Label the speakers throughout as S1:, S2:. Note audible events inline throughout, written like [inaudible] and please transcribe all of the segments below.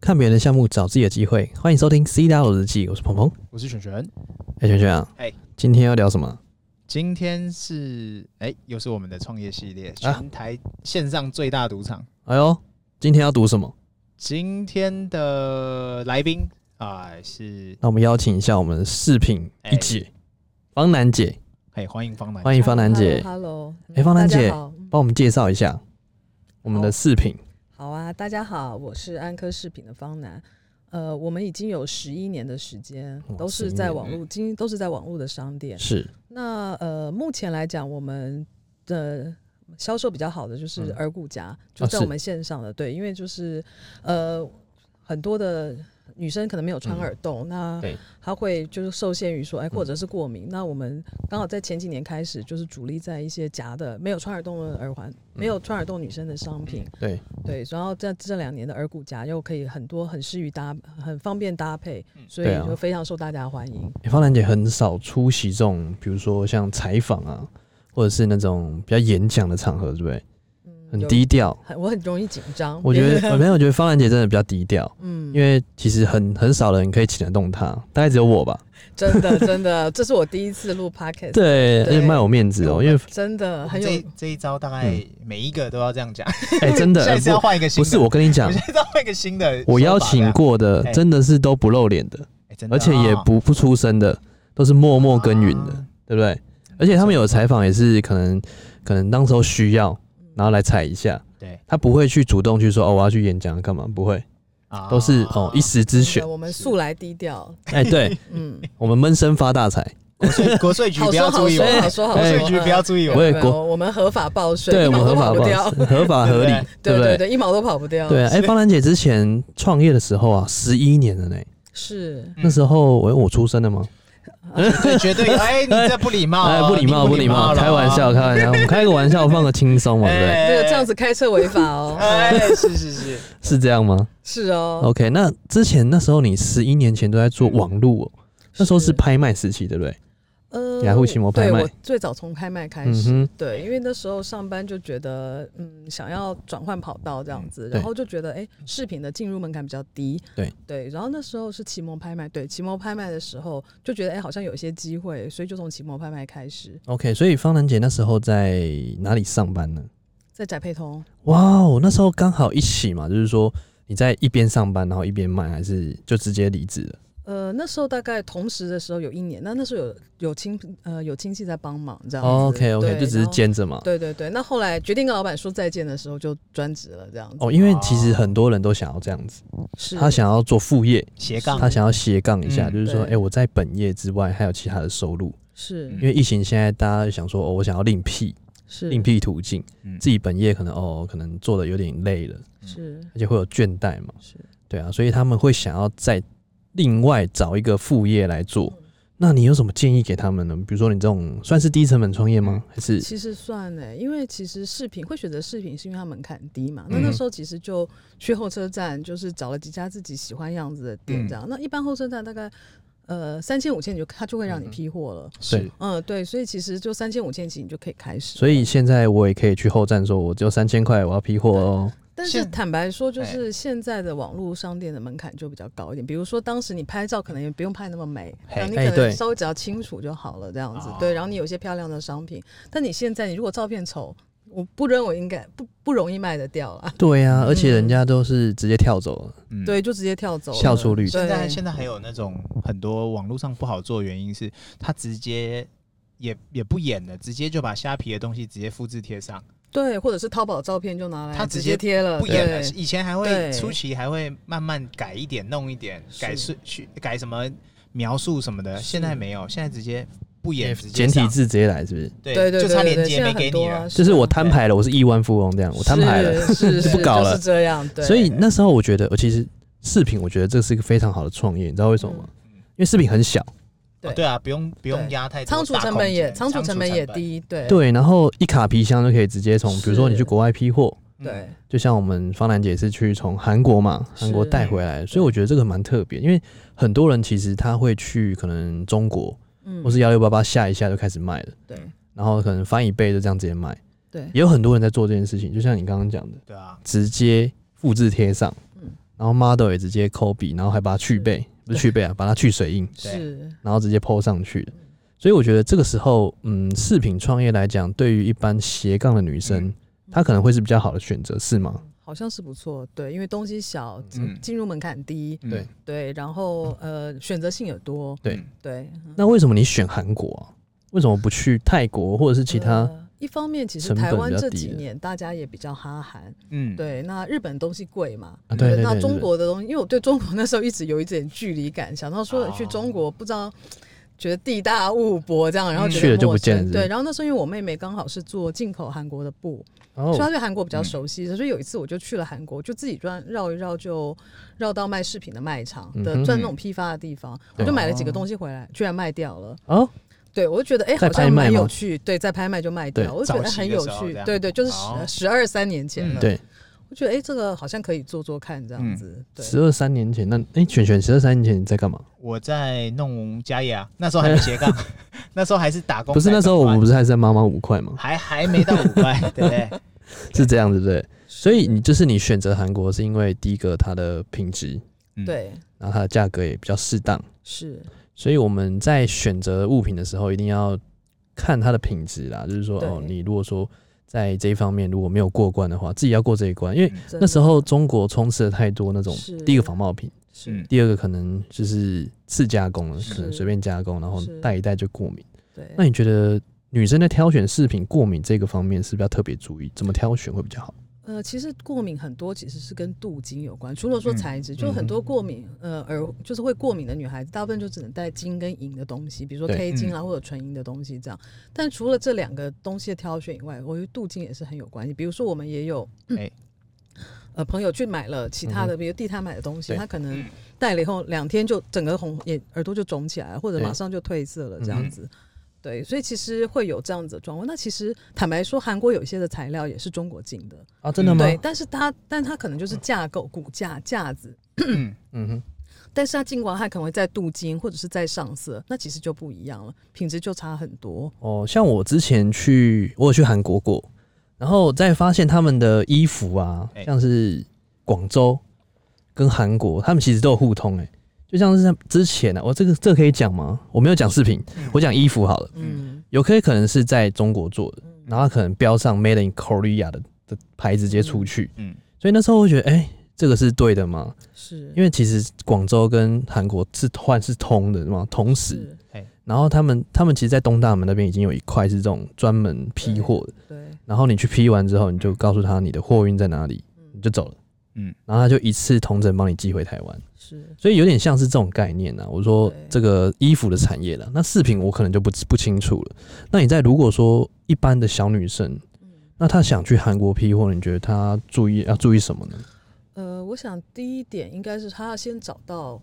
S1: 看别人的项目，找自己的机会。欢迎收听《C 大佬日记》，我是鹏鹏。
S2: 我是璇璇。
S1: 哎、轩轩啊，
S2: 嘿
S1: 今天要聊什么？
S2: 今天是哎、又是我们的创业系列，
S1: 啊
S2: 全台线上最大赌场。
S1: 哎呦，今天要读什么？
S2: 今天的来宾啊、是
S1: 那我们邀请一下我们视频
S3: 哎
S1: 一姐、方楠姐，
S2: 哎、欢迎方楠。
S1: 欢迎方楠姐，
S3: Hello，
S1: 哎方楠姐
S3: 大家好，嗯
S1: 帮我们介绍一下我们的视频。
S3: 好啊，大家好，我是安科饰品的方楠。呃，我们已经有十一年的时间
S1: 哇，
S3: 都
S1: 11
S3: 是
S1: 年
S3: 在网络经，都是在网络的商店。
S1: 是
S3: 那呃，目前来讲，我们的销售比较好的就是
S1: 嗯
S3: 耳骨夹，就
S1: 啊
S3: 在
S1: 是
S3: 我们线上的。对，因为就是呃，很多的女生可能没有穿
S1: 嗯
S3: 耳洞，那
S1: 对
S3: 她会就是受限于说，哎，
S1: 嗯
S3: 或者是过敏。那我们刚好在前几年开始，就是主力在一些夹的没有穿耳洞的耳环，
S1: 嗯
S3: 没有穿耳洞女生的商品。
S1: 对，
S3: 对，然后这这两年的耳骨夹又可以很多很适于搭，很方便搭配，所以
S1: 对啊
S3: 就非常受大家欢迎。
S1: 哎方楠姐很少出席这种，比如说像采访啊，或者是那种比较演讲的场合，对不对？
S3: 嗯
S1: 很
S3: 有
S1: 低
S3: [laughs]
S1: 调。
S3: 很我很容易紧张。
S1: 我
S3: [laughs]
S1: 觉得，没有，我觉得方楠姐真的比较低调，
S3: 嗯
S1: 因为其实很很少人可以请得动她，大概只有我吧。
S3: 真的，真的， [laughs] 这是我第一次录 podcast，
S1: 对，而且
S3: 对
S1: 蛮有面子哦，因为
S3: 真的很有
S2: 这这一招大概每一个都要这样讲，
S1: 哎、嗯真
S2: [laughs]
S1: 的
S2: 下一次
S1: 呃
S2: 要换一个新
S1: 不
S2: 的。
S1: 是我，跟你
S2: [laughs] 我
S1: 讲，
S2: 现在要换一个新的。
S1: 我邀请，过的
S2: 哎
S1: 真的是都不露脸的，
S2: 哎真的
S1: 而且也
S2: 哦
S1: 不不出声的，都是默默耕耘的
S2: 啊，
S1: 对不对？而且他们有采访也是可能可能当时候需要，然后来采一下，
S2: 哦对
S1: 他不会去主动去说哦我要去演讲干嘛，不会，
S2: 啊
S1: [laughs] 都是哦一时之
S3: 真
S1: 选
S2: [laughs]
S3: 的，我们
S2: 是
S3: 素来低调，
S1: 哎，对
S3: 嗯，
S1: 我们闷声发大财，
S2: 国税国税局
S3: 好
S2: 不要
S3: 说
S2: 注
S3: 好
S2: 意我
S3: 说，好
S2: 们，
S3: 说好
S2: 国
S1: 哎
S3: 说，
S2: 税局不要
S3: 嗯
S2: 注意我们。
S1: 我也
S3: 对
S1: 国
S3: 我们合法报税，
S1: 对
S3: 一
S1: 我
S3: 毛
S1: 们合
S3: 都
S1: 法
S2: [laughs]
S3: 跑不
S1: 报
S3: 掉，
S1: 合法合理，对不
S3: [laughs] 对
S1: 对？
S3: 对对，一毛都跑不掉，
S1: 对啊，哎，方兰姐之前创业的时候啊，十一年了呢，
S3: 是，
S2: 嗯
S1: 那时候哎我我出生的吗？
S2: 这绝对有，哎，你这不礼貌
S1: 哎，
S2: 哦，
S1: 不礼貌，
S2: 你
S1: 不
S2: 不
S1: 礼貌，
S2: 了
S1: 开玩笑，开玩
S3: [laughs]
S1: 笑，我们开个玩笑，放个轻松嘛，对不对？
S2: 哎
S3: 这个这样子开车违法哦，
S2: 哎，是是是，
S1: 是这样吗
S3: 是哦，
S1: ？OK，那之前那时候你十一年前都在做网络、哦，那时候是拍卖时期，对不对？
S3: 呃
S1: 雅虎奇摩拍卖
S3: 对我最早从拍卖开
S1: 嗯
S3: 始，
S1: 哼，
S3: 对，因为那时候上班就觉得，嗯，想要转换跑道这样子，
S1: 嗯对
S3: 然后就觉得，哎、饰品的进入门槛比较低，
S1: 对
S3: 对，然后那时候是奇摩拍卖，对，奇摩拍卖的时候就觉得，哎、好像有一些机会，所以就从奇摩拍卖开始，
S1: OK，所以方兰姐那时候在哪里上班呢？
S3: 在宅配通，
S1: 哇哦，那时候刚好一起嘛，就是说你在一边上班，然后一边卖，还是就直接离职了？
S3: 呃，那时候大概同时的时候有一年，那那时候有有亲呃有亲戚在帮忙这样子、
S1: OK OK，
S3: 对
S1: 哦就只是
S3: 然后
S1: 兼着嘛。
S3: 对对对，那后来决定跟老板说再见的时候，就专职了这样子。
S1: 哦，因为其实很多人都想要这样子，
S3: 是嗯
S1: 他想要做副业，
S2: 斜杠
S1: 他想要斜杠一下，
S2: 嗯
S1: 就是说，哎、
S3: 对
S1: 我在本业之外还有其他的收入。
S3: 是
S1: 因为疫情现在大家想说，哦，我想要另辟
S3: 是
S1: 另辟途径，
S2: 嗯
S1: 自己本业可能哦，可能做的有点累了，
S3: 是
S1: 而且会有倦怠嘛，
S3: 是
S1: 对啊，所以他们会想要再另外找一个副业来做。
S3: 嗯
S1: 那你有什么建议给他们呢？比如说你这种算是低成本创业
S3: 嗯
S1: 吗？还是
S3: 其实算呢，因为其实饰品会选择饰品，是因为它门槛低嘛。
S1: 嗯
S3: 那那时候其实就去候车站，就是找了几家自己喜欢样子的店，
S1: 嗯
S3: 这样。那一般候车站大概呃三千五千，你就他就会让
S1: 嗯
S3: 你批货了。
S2: 是
S3: 嗯对，所以其实就三千五千起，你就可以开始。
S1: 所以现在我也可以去后站说，我只有三千块，我要批货哦。
S3: 但是
S2: 现
S3: 坦白说，就
S2: 哎
S3: 是现在的网络商店的门槛就比较高一点。比如说，当时你拍照可能也不用拍那么美，
S2: 嘿
S3: 然后你
S1: 哎
S3: 可
S1: 对
S3: 能稍微只要清楚就好了，这样子
S2: 哦。
S3: 对，然后你有一些漂亮的商品，但你现在你如果照片丑，我不认为应该不不容易卖得掉啊。
S1: [laughs] 对啊，而且
S3: 嗯
S1: 人家都是直接跳走了。
S2: 嗯
S3: 对，就直接跳走了。
S1: 跳出率
S2: 现在
S3: 对
S2: 现在还有那种很多网络上不好做的原因是，他直接也也不演了，直接就把虾皮的东西直接复制贴上，
S3: 对，或者是淘宝照片就拿来，
S2: 他直
S3: 直
S2: 接
S3: 接贴了，
S2: 不演了。
S3: 呃对
S2: 以前还会
S3: 对
S2: 初期还会慢慢改一点，弄一点，
S3: 是
S2: 改顺去改什么描述什么的，
S3: 是
S2: 现在没有，现在直接不演，直接
S1: 简体
S2: 上
S1: 字直接来是不是？
S2: 对
S3: 对对，
S2: 就差
S3: 对
S2: 链
S3: 对
S2: 接
S3: 现在
S2: 没给
S3: 很多
S2: 你
S3: 啊
S2: 了，哦
S1: 就是我摊牌了，我是亿万富翁这样，我摊牌了。
S3: 是是
S1: 不搞了
S3: 就是这样。对，
S1: 所以那时候我觉得，呃我其实饰品，我觉得这是一个非常好的创业，你知道为什么
S3: 嗯
S1: 吗？因为饰品很小，
S2: 哦对啊，不用不用
S3: 对
S2: 压太多
S3: 仓储
S2: 大
S3: 成
S2: 空
S3: 本也
S2: 间
S3: 仓储成本也，低，对
S1: 对，然后一卡皮箱就可以直接从，
S3: 哎是
S1: 比如说你去国外批货，
S2: 嗯
S3: 对，
S1: 就像我们方兰姐是去从韩国嘛，
S3: 是
S1: 韩国带回来，所以我觉得这个蛮特别，因为很多人其实他会去可能中国
S3: 嗯
S1: 或是幺六八八下一下就开始卖了，
S3: 对
S1: 然后可能翻一倍就这样直接卖，
S3: 对
S1: 也有很多人在做这件事情，就像你刚刚讲的，
S2: 对啊，
S1: 直接复制贴上，
S3: 嗯
S1: 然然后 model 也直接抠笔，然后还把它去背，不是去背啊，把它去水印，
S2: 对
S3: 是
S1: 然后直接 PO 上去的。所以我觉得这个时候，嗯，饰品创业来讲，对于一般斜杠的女生
S2: 嗯，
S1: 她可能会是比较好的选择，是吗？
S3: 好像是不错，对，因为东西小，
S2: 嗯
S3: 进入门槛低，
S2: 嗯
S1: 对
S3: 对，然后呃选择性也多，
S1: 嗯对
S2: 嗯
S3: 对，
S1: 那为什么你选韩国啊？为什么不去泰国或者是其他？
S3: 呃一方面，其实
S1: 成本
S3: 台湾
S1: 比较
S3: 这
S1: 低
S3: 几
S1: 的
S3: 年大家也比较哈韩，
S2: 嗯，
S3: 对，那日本东西贵嘛，
S1: 啊，对对
S3: 那
S1: 对，
S3: 中
S1: 对
S3: 国的东西，因为我对中国那时候一直有一点距离感，想到说
S2: 哦
S3: 去中国不知道。觉得地大物博这样，然后觉
S1: 嗯
S3: 得
S1: 去了就
S3: 陌
S1: 不见
S3: 生
S1: 了
S3: 对，然后那时候因为我妹妹刚好是做进口韩国的布，所以她
S1: 哦，
S3: 对韩国比较
S2: 嗯
S3: 熟悉。所以有一次我就去了韩国，就自己转绕一绕，就绕到卖饰品的卖场
S1: 嗯
S3: 的
S1: 哼
S3: 赚那种批发的地方，我
S1: 对
S3: 就买了几个东西回来，居然卖掉了。
S1: 哦，
S3: 对，我就觉得哎、
S1: 在
S3: 好
S1: 拍
S3: 像
S1: 卖
S3: 蛮有
S1: 吗
S3: 趣。对，在拍卖就卖
S1: 对
S3: 掉，我就觉得
S2: 早期
S3: 很
S2: 的
S3: 有
S2: 时候
S3: 趣
S2: 这。样
S3: 对对，就是
S2: 哦
S3: 十十二三年前
S2: 嗯
S3: 了。
S1: 对，
S3: 我觉得哎、这个好像可以做做看这样
S2: 嗯
S3: 子。对，
S1: 十二三年前，那哎，璇璇，十二三年前你在干嘛？
S2: 我在弄家业啊，那时候还没
S1: [laughs]
S2: 斜杠，那时候还是打工仔上班，
S1: 不是那时候我们不是还在妈妈五块
S2: [laughs]
S1: 吗？
S2: 还还没到五
S1: [laughs]
S2: 块，对不对？
S1: 是这样，对不对？所以你就是你选择韩国，是因为第一个它的品质，
S2: 嗯，
S3: 对
S1: 然后它的价格也比较适当。
S3: 是，
S1: 所以我们在选择物品的时候，一定要看它的品质啦。就是说，
S3: 对
S1: 哦，你如果说在这一方面如果没有过关的话，自己要过这一关，因为
S2: 嗯
S3: 真
S1: 那时
S3: 的
S1: 候中国充斥了太多那种
S3: 是，
S1: 第一个仿冒品，
S3: 是
S2: 嗯
S1: 第二个可能就是次加工了，
S2: 是
S1: 可能随便加工，然后
S3: 是
S1: 带一带就过敏。
S3: 对
S1: 那。你觉得女生在挑选饰品过敏这个方面是不是要特别注意？怎么挑选会比较好？
S3: 呃，其实过敏很多其实是跟镀金有关，除了说
S2: 嗯
S3: 材质，就
S1: 嗯
S3: 很多过敏，呃，耳就是会过敏的女孩子，大部分就只能戴金跟银的东西，比如说
S1: 对嗯
S3: K 金啊或者纯银的东西这样。但除了这两个东西的挑选以外，我觉得镀金也是很有关系。比如说我们也有，
S2: 哎
S3: 呃，朋友去买了其他的，比如地摊买的东西，
S1: 嗯对
S3: 他可能
S2: 嗯
S3: 戴了以后两天就整个红也耳朵就肿起来了，或者
S1: 对
S3: 马上就褪色了
S1: 嗯
S3: 这样子。对，所以其实会有这样子的状况。那其实坦白说，韩国有一些的材料也是中国进的，
S1: 啊，真的吗？
S3: 嗯对，但是它，但它可能就是架构、骨架、架子，
S2: 嗯
S1: 嗯哼，
S3: 但是它进光它可能会在镀金或者是在上色，那其实就不一样了，品质就差很多。
S1: 哦，像我之前去，我有去韩国过，然后再发现他们的衣服啊，
S2: 哎
S1: 像是广州跟韩国，他们其实都有互通、欸，就像是之前啊，我这个这个可以讲吗？我没有讲饰品，我讲衣服好了，
S3: 嗯，
S1: 有可以可能是在中国做的，然后它可能标上 Made in Korea 的的牌子直接出去，
S2: 嗯
S1: 所以那时候我会觉得，哎、这个是对的吗？
S3: 嗯是，
S1: 因为其实广州跟韩国是换是通的嘛，同时，
S3: 是，
S1: 然后他们他们其实，在东大门那边已经有一块是这种专门批货的，
S3: 对，
S1: 然后你去批完之后，你就告诉他你的货运在哪里，你就走了，
S2: 嗯，
S1: 然后他就一次同整帮你寄回台湾，
S3: 是，
S1: 所以有点像是这种概念啊。我说
S3: 对
S1: 这个衣服的产业了，那饰品我可能就不不清楚了。那你在如果说一般的小女生，
S3: 嗯
S1: 那她想去韩国批货，你觉得她注意要注意什么呢？
S3: 呃，我想第一点应该是他要先找到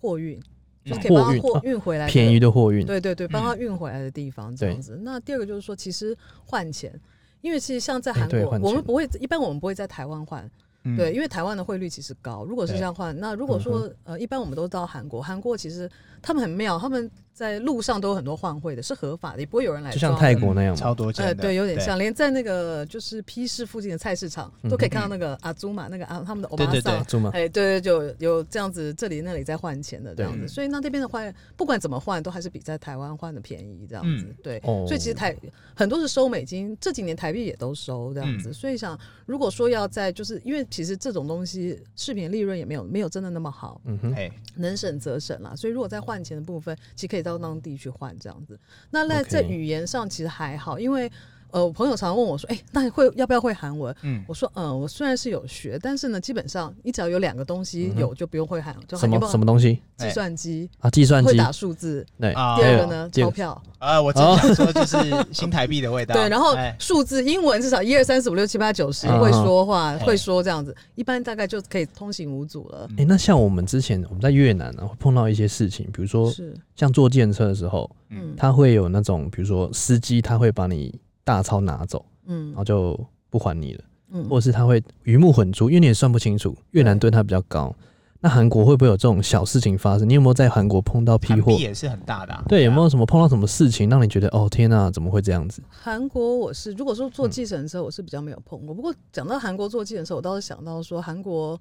S3: 货运，就是
S2: 嗯
S3: 可以帮
S1: 货运
S3: 他货
S1: 啊
S3: 运回来的
S1: 便宜的货运，嗯
S3: 对对对，帮他运回来的地方这样子。那第二个就是说，其实换钱，因为其实像在
S1: 哎
S3: 韩
S1: 对
S3: 国，
S1: 换
S3: 我们
S1: 钱
S3: 不会一般我们不会在台湾换，
S2: 嗯
S3: 对，因为台湾的汇率其实高。如果是
S2: 对嗯
S3: 这样换，那如果说呃，一般我们都到韩国，韩国其实他们很妙，他们在路上都有很多换汇的，是合法的，也不会有人来
S1: 就像
S3: 抓
S1: 泰
S3: 的。
S1: 国那样嘛。
S2: 超多钱
S3: 呃，
S2: 的，
S3: 对，有点像，连在那个就是批市附近的菜市场都可以看到那个阿祖玛，那个阿他们的
S2: 嗯
S3: 欧
S2: 对
S3: 巴
S2: 对对
S3: 桑，
S1: 住吗？
S3: 哎，对对，就有有这样子，这里那里在换钱的这样
S2: 对
S3: 子，所以那这边的换，不管怎么换，都还是比在台湾换的便宜这样子，
S2: 嗯
S3: 对。
S1: 哦
S3: 所以其实台很多是收美金，这几年台币也都收这样子，
S2: 嗯
S3: 所以想如果说要在，就是因为其实这种东西视频利润也没有没有真的那么好，
S1: 嗯哼，
S2: 哎，
S3: 能省则省啦。所以如果在换钱的部分，其实可以到当地去换这样子。那在
S1: OK
S3: 在语言上其实还好，因为呃，我朋友常问我说，哎、那你会要不要会韩文？
S2: 嗯
S3: 我说，嗯，我虽然是有学，但是呢，基本上你只要有两个东西有，就不用会韩，就
S1: 嗯什么什
S3: 么
S1: 么东西
S3: 计算机。
S1: 啊？计算
S3: 会
S1: 机，哎
S3: 打数字，
S1: 对，
S2: 啊
S3: 第
S1: 还
S3: 二
S1: 有
S3: 个呢，
S1: 这个
S3: 钞票，
S2: 啊，我只
S1: 哦
S2: 想说就是新台币的味道，
S3: [laughs] 对，然后
S2: 哎
S3: 数字英文至少一二三四五六七八九十
S1: 嗯
S3: 会说话，
S2: 嗯
S3: 会说这样子，一般大概就可以通行无阻了。
S1: 哎、那像我们之前我们在越南啊，会碰到一些事情，比如说
S3: 是，
S1: 像坐电车的时候，
S3: 嗯
S1: 他会有那种，比如说司机他会把你大钞拿走，然
S3: 嗯
S1: 后就不还你了，
S3: 嗯，
S1: 或者是他会鱼目混珠，因为你也算不清楚，越南对他比较高。那韩国会不会有这种小事情发生？你有没有在韩国碰到批
S2: 韩
S1: 货
S2: 币？也是很大的啊，
S1: 对，有没有什么碰到什么事情让你觉得哦天呐，怎么会这样子？
S3: 韩国我是如
S1: 嗯
S3: 果说坐计程车，我是比较没有碰过。不过讲到韩国坐计程车，我倒是想到说韩国。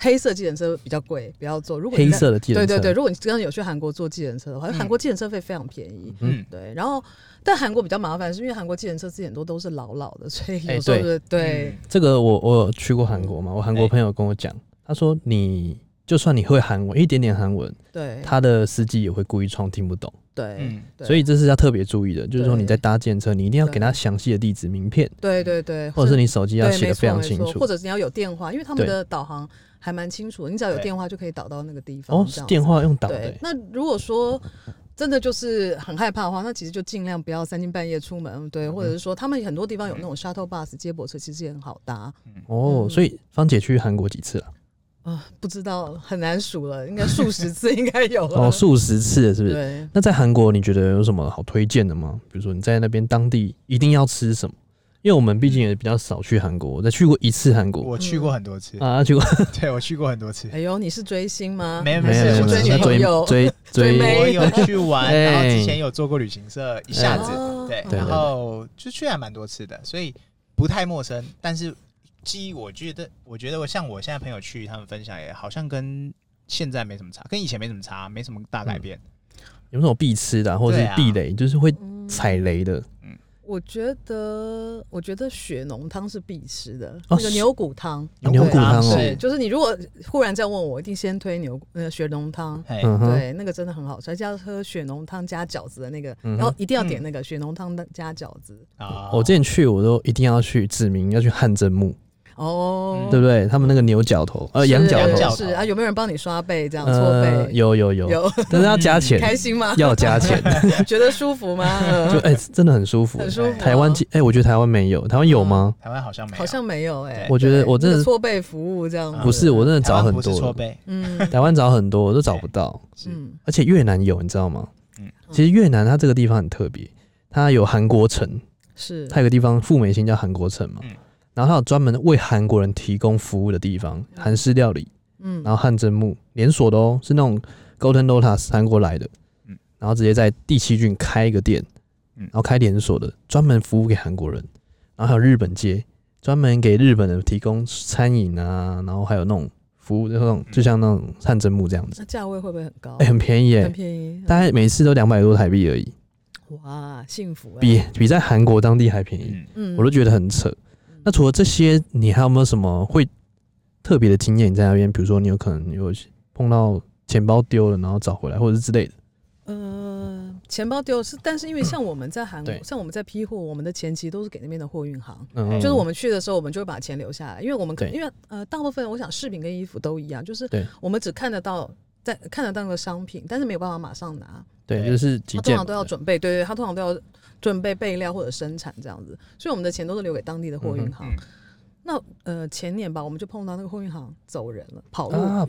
S3: 黑色计程车比较贵，不要坐。如果你
S1: 黑
S3: 在
S1: 色的计
S3: 对
S1: 程车，嗯
S3: 对对，如果你真的有去韩国坐计程车的话，韩国计程车费非常便宜。
S2: 嗯，
S3: 对，然后但韩国比较麻烦，是因为韩国计程车司机很多都是老老的，所以
S1: 哎
S3: 有时候
S1: 对
S3: 是对
S2: 嗯
S1: 这个我我有去过韩国嘛，我韩国朋友跟我讲，他说你就算你会韩文一点点韩文，
S3: 对
S1: 他的司机也会故意装听不懂，
S3: 对
S2: 嗯，
S3: 对
S1: 所以这是要特别注意的，就是说
S3: 对
S1: 你在搭建车，你一定要给他详细的地址名片，
S3: 对对对，
S1: 或者是你手机要
S3: 对
S1: 写
S3: 没
S1: 的非
S3: 错
S1: 常
S3: 没
S1: 清
S3: 错，
S1: 楚
S3: 或。者是你要有电话，因为他们
S1: 对
S3: 的导航还蛮清楚的，你只要有
S2: 对
S3: 电话就可以导到那个地方。
S1: 哦，
S3: 这
S1: 是
S3: 样
S1: 电
S3: 子
S1: 话用打的
S3: 对
S1: 欸，，
S3: 那如果说真的就是很害怕的话，那其实就尽量不要三更半夜出门，
S1: 嗯
S3: 对，或者是说他们很多地方有那种 shuttle bus 接驳车，其实也很好搭
S1: 哦，
S3: 嗯
S1: 所以芳姐去韩国几次了？
S3: 啊，不知道很难数了，应该数十次应该有了。
S1: 哦，数十次了是不是？
S3: 对，
S1: 那在韩国你觉得有什么好推荐的吗？比如说你在那边当地一定要吃什么？因为我们毕竟也比较少去韩国，我才去过一次韩国
S2: 我去过很多次，
S1: 啊，去过
S2: [laughs] 对我去过很多次，
S3: 哎呦，你是追星吗？
S2: 没有
S1: 没有
S2: 是
S1: 没有
S2: 我
S1: 没有，
S2: 之前
S1: 那
S3: 有有
S1: 追
S3: [laughs] 追
S1: 追
S3: 妹
S2: 我有
S1: [laughs]
S2: 去玩，
S1: 哎
S2: 然后之前有做过旅行社，一下子
S3: 哦
S2: 对，
S1: 对
S2: 然后就去还蛮多次的，所以不太陌生。但是记忆，我觉得，我觉得我像我现在朋友去，他们分享也好像跟现在没什么差，跟以前没什么差，没什么大改
S1: 嗯
S2: 变。
S1: 有没有什么必吃的啊、或者
S2: 对
S1: 是
S2: 啊
S1: 避雷，就是会
S3: 嗯
S1: 踩雷的
S3: 我觉得，我觉得血浓汤是必吃的，
S1: 哦
S3: 那个牛骨汤。
S1: 啊牛骨汤
S2: 是
S1: 哦
S3: 对，就是你如果忽然这样问我，我一定先推牛呃血浓汤。
S2: 嘿
S1: 嗯哼，
S3: 对，那个真的很好吃，而且要喝血浓汤加饺子的那个，
S1: 嗯哼
S3: 然后一定要点那个血浓汤的加饺子。
S2: 啊
S1: 我之前去我都一定要去，指明要去汗蒸木，
S3: 哦，
S2: 嗯
S1: 对不对？他们那个牛角头，呃，
S3: 是
S1: 羊角
S2: 羊角
S1: 头，
S3: 是啊，有没有人帮你刷背这样搓
S1: 呃，
S3: 背？
S1: 有有有，
S3: 有 [laughs]
S1: 但是要加钱，
S3: 开心吗？
S1: 要加钱，
S3: 觉得舒服吗？呃
S1: 就哎、真的很舒服。
S3: 很舒服。哦
S1: 台湾，哎、我觉得台湾没有，台湾有吗？
S2: 台湾好像没有，
S3: 好像没有哎
S2: 对。
S1: 我觉得
S3: 对
S1: 我真的
S3: 那个搓背服务这样子，
S1: 不是，我真的
S2: 嗯台
S1: 找
S2: 湾
S1: 很
S2: 不是
S1: 多
S2: 搓
S1: 了，
S2: 背，
S1: [laughs]
S3: 嗯
S1: 台湾找很多我都找不到，
S2: 是
S3: 嗯
S1: 而且越南有，你知道吗？
S2: 嗯
S1: 其实越南它这个地方很特别，它有韩国城，
S3: 是
S1: 它有个地方富美星叫韩国城嘛，
S2: 嗯
S1: 然后它有专门为韩国人提供服务的地方，韩式料理，
S3: 嗯
S1: 然后汗蒸木连锁的哦，是那种 Golden Lotus 韩国来的，
S2: 嗯
S1: 然后直接在第七郡开一个店，
S2: 嗯
S1: 然后开连锁的，专门服务给韩国人，然后还有日本街，专门给日本人提供餐饮啊，然后还有那种服务，就是那种
S2: 嗯
S1: 就像那种汗蒸木这样子，
S3: 那价位会不会很高
S1: 哎、？很便宜哎、
S3: 很便宜，
S1: 大概每次都两百多台币而已，
S3: 哇，幸福啊！
S1: 比比在韩国当地还便宜，
S2: 嗯，
S3: 嗯
S1: 我都觉得很扯。那除了这些，你还有没有什么会特别的经验？你在那边，比如说你有可能有碰到钱包丢了，然后找回来，或者是之类的。
S3: 呃，钱包丢是，但是因为像我们在韩国
S1: 对，
S3: 像我们在批货，我们的前期都是给那边的货运行。
S1: 嗯，
S3: 就是我们去的时候，我们就会把钱留下来，因为我们可
S1: 对
S3: 因为呃，大部分我想饰品跟衣服都一样，就是
S1: 对
S3: 我们只看得到在看得到那个商品，但是没有办法马上拿，
S1: 对，就是几
S3: 他通
S1: 件
S3: 常都要准备，对对，他通常都要准备备料或者生产这样子，所以我们的钱都是留给当地的货运行。
S2: 嗯哼
S3: 那呃前年吧，我们就碰到那个货运行走人了，跑路。
S1: 啊，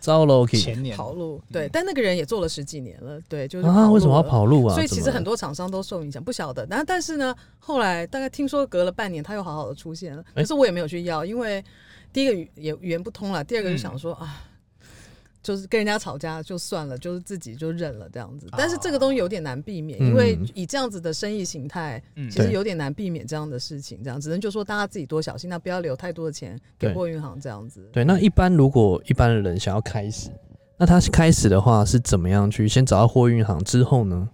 S1: 糟了 OK
S2: 前年
S3: 跑路，对，但那个人也做了十几年了，对，就是
S1: 啊，为什么要
S3: 跑路了？
S1: 跑路啊？
S3: 所以其
S1: 怎
S3: 实
S1: 么
S3: 很多厂商都受影响，不晓得。然后但是呢，后来大概听说隔了半年，他又好好的出现了，
S1: 哎
S3: 可是我也没有去要，因为第一个语也语言不通了，第二
S1: 嗯
S3: 个就想说、啊。就是跟人家吵架就算了，就是自己就认了这样子。但是这个东西有点难避免，
S1: 啊嗯
S3: 因为以这样子的生意形态，
S2: 嗯
S3: 其实
S1: 对
S3: 有点难避免这样的事情。这样只能就说大家自己多小心，那不要留太多的钱给
S1: 对
S3: 货运行这样子。
S1: 对。那一般如果一般的人想要开始，那他开始的话是怎么样去先找到货运行之后呢？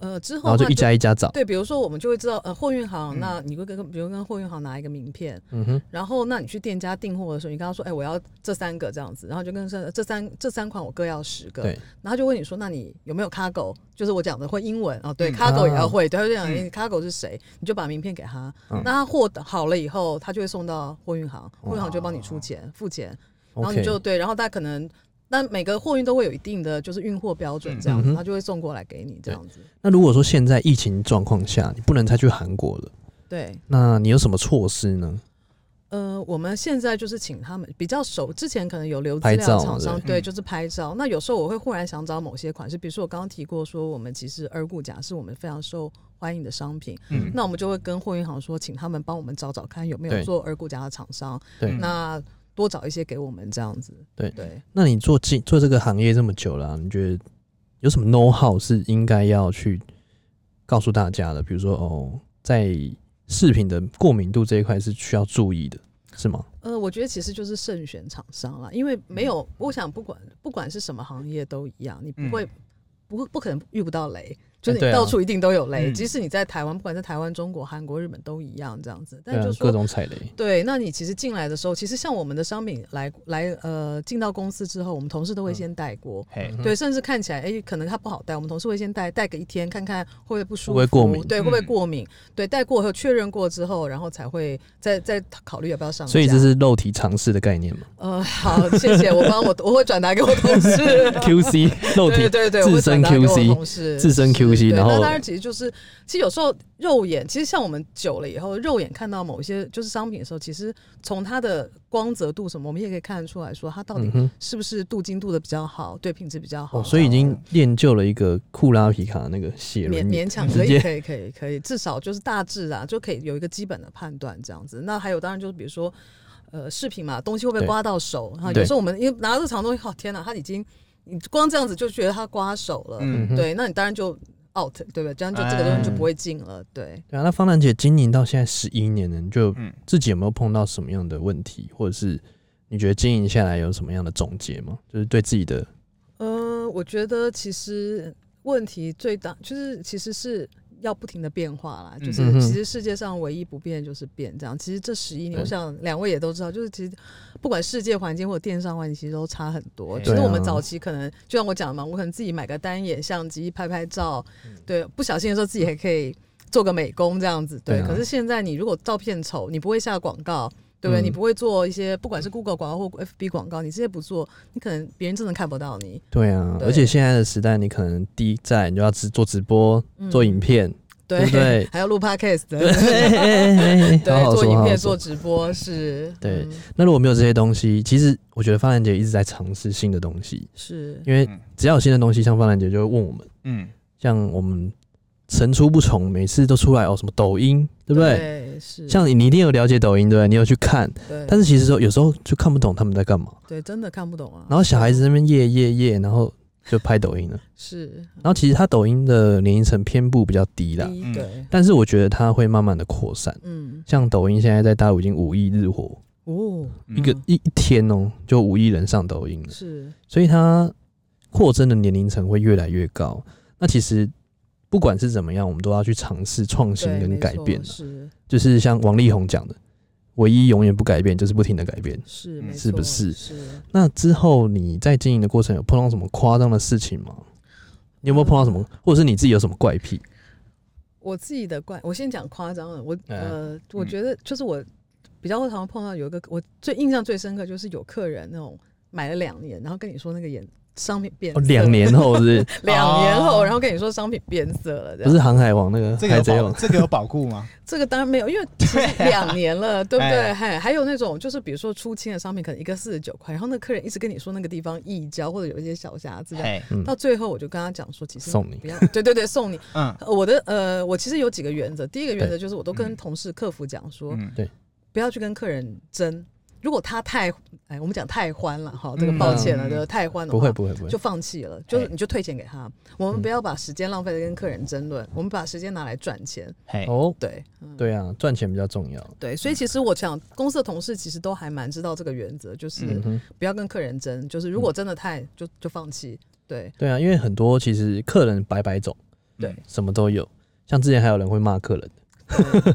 S3: 呃，之后
S1: 然后
S3: 的
S1: 就
S3: 话
S1: 一家一家找。
S3: 对，比如说我们就会知道，呃，货运行，
S2: 嗯
S3: 那你会跟比如跟货运行拿一个名片，
S1: 嗯哼，
S3: 然后那你去店家订货的时候，你跟他说，哎，我要这三个这样子，然后就跟说呃这三这三款我各要十个，
S1: 对
S3: 然后他就问你说，那你有没有 cargo？就是我讲的会英文哦，对
S2: 嗯
S3: ，cargo 也要
S1: 啊
S3: 会，对，他就讲
S2: 嗯
S3: 你 cargo 是谁，你就把名片给他，
S1: 嗯
S3: 那他货好了以后，他就会送到货运行，货运行就帮你出钱付钱，然后你
S1: ，OK，
S3: 就对，然后他可能。那每个货运都会有一定的就是运货标准，这样
S1: 嗯
S3: 子，
S1: 哼
S3: 他就会送过来给你这
S1: 对
S3: 样子。
S1: 那如果说现在疫情状况下，你不能再去韩国了，
S3: 对，
S1: 那你有什么措施呢？
S3: 呃，我们现在就是请他们比较熟，之前可能有留资
S1: 拍
S3: 料的
S1: 照
S3: 厂
S1: 对
S3: 商，
S2: 嗯
S3: 对，就是拍照。那有时候我会忽然想找某些款式，比如说我刚刚提过说，我们其实二顾甲是我们非常受欢迎的商品，
S2: 嗯
S3: 那我们就会跟货运行说，请他们帮我们找找看有没有
S1: 对
S3: 做二顾甲的厂商，
S1: 对
S3: 那多找一些给我们这样子。
S1: 对
S3: 对，
S1: 那你做进做这个行业这么久了啊、你觉得有什么 know how 是应该要去告诉大家的？比如说哦，在饰品的过敏度这一块是需要注意的。是吗？
S3: 呃，我觉得其实就是慎选厂商啦，因为没有，
S1: 嗯
S3: 我想不管不管是什么行业都一样，你
S2: 嗯
S3: 不会、不不可能遇不到雷，就是
S1: 对
S3: 你
S1: 啊
S3: 到处一定都有雷，
S2: 嗯
S3: 即使你在台湾，不管在台湾、中国、韩国、日本都一样这样子。
S1: 对
S3: 但
S1: 啊
S3: 就，说
S1: 各种踩雷，
S3: 对，那你其实进来的时候，其实像我们的商品来来呃进到公司之后，我们同事都会先带过。
S2: 嘿，
S1: 嗯
S3: 对，甚至看起来，哎，可能它不好带，我们同事会先带，带个一天看看会不会不舒服，
S1: 会不会过敏
S3: 对，会不会
S2: 嗯
S3: 过敏？对，带过后确认过之后，然后才会再再考虑要不要上架。
S1: 所以这是肉体尝试的概
S3: [laughs]
S1: 念嘛
S3: 呃，好，谢谢，我帮我我会转达给我同事。
S1: [laughs] ？QC 肉
S3: 对
S1: 体
S3: 对对，我
S1: 自
S3: 会转
S1: 身
S3: 达给我
S1: QC
S3: 同事
S1: 自身 QC，
S3: 对，
S1: 然
S3: 那
S1: 后
S3: 当然，其实就是，其实有时候肉眼，其实像我们久了以后，肉眼看到某一些就是商品的时候，其实从它的光泽度什么，我们也可以看得出来说，它到
S1: 嗯
S3: 底
S1: 哼，
S3: 是不是镀金镀的比较好，对品质比较好，
S1: 哦，所以已经练就了一个库拉皮卡的那个写
S3: 勉
S1: 轮
S3: 勉强
S1: 直
S3: 可以，
S1: 接
S3: 可以，可以，可以，至少就是大致啊，就可以有一个基本的判断这样子。那还有当然就是比如说，呃，饰品嘛，东西会不会
S1: 对
S3: 刮到手？哈，
S1: 对
S3: 有时候我们因为拿到这长东西，哦天哪，它已经你光这样子就觉得它刮手了，
S2: 嗯
S1: 哼
S3: 对，那你当然就 out，对不对？这样就这个东西就
S1: 哎
S3: 不会进了，对。
S1: 对啊，那方兰姐经营到现在十一年了，你就
S2: 嗯
S1: 自己有没有碰到什么样的问题，或者是你觉得经营下来有什么样的总结吗？就是对自己的
S3: 呃，我觉得其实问题最大就是其实是要不停的变化啦，就是
S1: 嗯哼
S3: 其实世界上唯一不变就是变这样。其实这十一年，
S1: 对
S3: 我想两位也都知道，就是其实不管世界环境或者电商环境，其实都差很多。
S2: 对
S3: 其实我
S1: 啊
S3: 们早期可能就像我讲的嘛，我可能自己买个单眼相机拍拍照，
S1: 嗯
S3: 对，不小心的时候自己还可以做个美工这样子，对。
S1: 对啊
S3: 可是现在你如果照片丑，你不会下广告。对不对？
S1: 嗯
S3: 你不会做一些，不管是 Google 广告或 FB 广告，你这些不做，你可能别人真的看不到你。
S1: 对啊，
S3: 对
S1: 而且现在的时代，你可能第一站你就要直做直播、
S3: 嗯
S1: 做影片，
S3: 对
S1: 对不对
S3: [laughs] 还要录 podcast 的，
S1: 对，
S3: [laughs]
S1: 好好
S3: 做
S1: 说，
S3: 影
S1: 好好
S3: 片、
S1: 说。
S3: 做直播是，
S1: 对
S3: 嗯
S1: 那如果没有这些东西，其实我觉得方兰姐一直在尝试新的东西，
S3: 是，
S1: 因为
S2: 嗯
S1: 只要有新的东西，像方兰姐就会问我们，
S2: 嗯，
S1: 像我们层出不穷，每次都出来哦，什么抖音，对不对？
S3: 对？是，
S1: 像你，你一定有了解抖音，对不对？你有去看，
S3: 对，
S1: 但是其实说有时候就看不懂他们在干嘛。
S3: 对真的看不懂啊。
S1: 然后小孩子在那边夜夜夜，然后就拍抖音了。
S3: 是
S1: 然后其实他抖音的年龄层偏部比较低啦，
S3: 第一
S2: 嗯
S3: 对，
S1: 但是我觉得它会慢慢的扩散。
S3: 嗯，
S1: 像抖音现在在大陆已经五亿日活，
S3: 哦，
S1: 一个
S3: 嗯
S1: 一一天哦、就五亿人上抖音了，
S3: 是，
S1: 所以它扩增的年龄层会越来越高。那其实不管是怎么样，我们都要去尝试创新
S3: 对，
S1: 跟
S3: 没
S1: 改
S3: 错
S1: 变啊
S3: 是
S1: 就是像王力宏讲的，唯一永远不改变就是不停的改变。
S3: 是，
S2: 嗯
S3: 没
S1: 是不
S3: 错
S1: 是
S3: 是，
S1: 那之后你在经营的过程有碰到什么夸张的事情吗？你有没有碰到什么，或者是你自己有什么怪癖？
S3: 我自己的怪，我先讲夸张的，我
S1: 哎
S3: 呃，我
S2: 嗯
S3: 觉得就是我比较常碰到有一个，我最印象最深刻就是有客人那种买了两年，然后跟你说那个眼商品变
S1: 哦，
S3: 色
S1: 两年后是不 [laughs] 是
S3: 两年
S2: 哦
S3: 后，然后跟你说商品变色了，这
S1: 不
S3: 样
S1: 是航海王啊那个
S2: 这个
S1: 海
S2: 有
S1: 贼
S2: 保
S1: 王？
S2: 这个有保固吗？
S3: 这个当然没有，因为其实两年
S2: [laughs]
S3: 了，对不对？
S2: 啊哎
S3: 还还有那种就是比如说出清的商品，可能一个四十九块，然后那客人一直跟你说那个地方溢胶或者有一些小瑕 [laughs] 疵这样，
S2: 嘿，
S1: 嗯
S3: 到最后我就跟他讲说，其实
S1: 送你
S3: 不要，对对对，送你。
S2: 嗯
S3: 呃我的呃，我其实有几个原则，第一个原则
S1: 对
S3: 就是我都跟
S2: 嗯
S3: 同事客服讲说，
S2: 嗯，
S3: 不要去跟客人争。如果他太哎，我们讲太欢了哈，这个
S2: 嗯
S3: 抱歉了，
S2: 嗯
S3: 对，太欢的
S1: 不
S3: 话，
S1: 会不会不会
S3: 就，放弃了，就是
S1: 哎
S3: 你就退钱给他。我们
S1: 嗯
S3: 不要把时间浪费在跟客人争论，我们把时间拿来赚钱。
S2: 嘿，
S1: 哦，
S3: 对，嗯。
S1: 对啊，赚钱比较重要。
S3: 对，所以其实我想，公司的同事其实都还蛮知道这个原则，就是
S1: 嗯哼，
S3: 不要跟客人争，就是如果真的太就就放弃。对
S1: 对啊，因为很多其实客人白白走，
S3: 对
S2: 嗯
S1: 什么都有。像之前还有人会骂客人，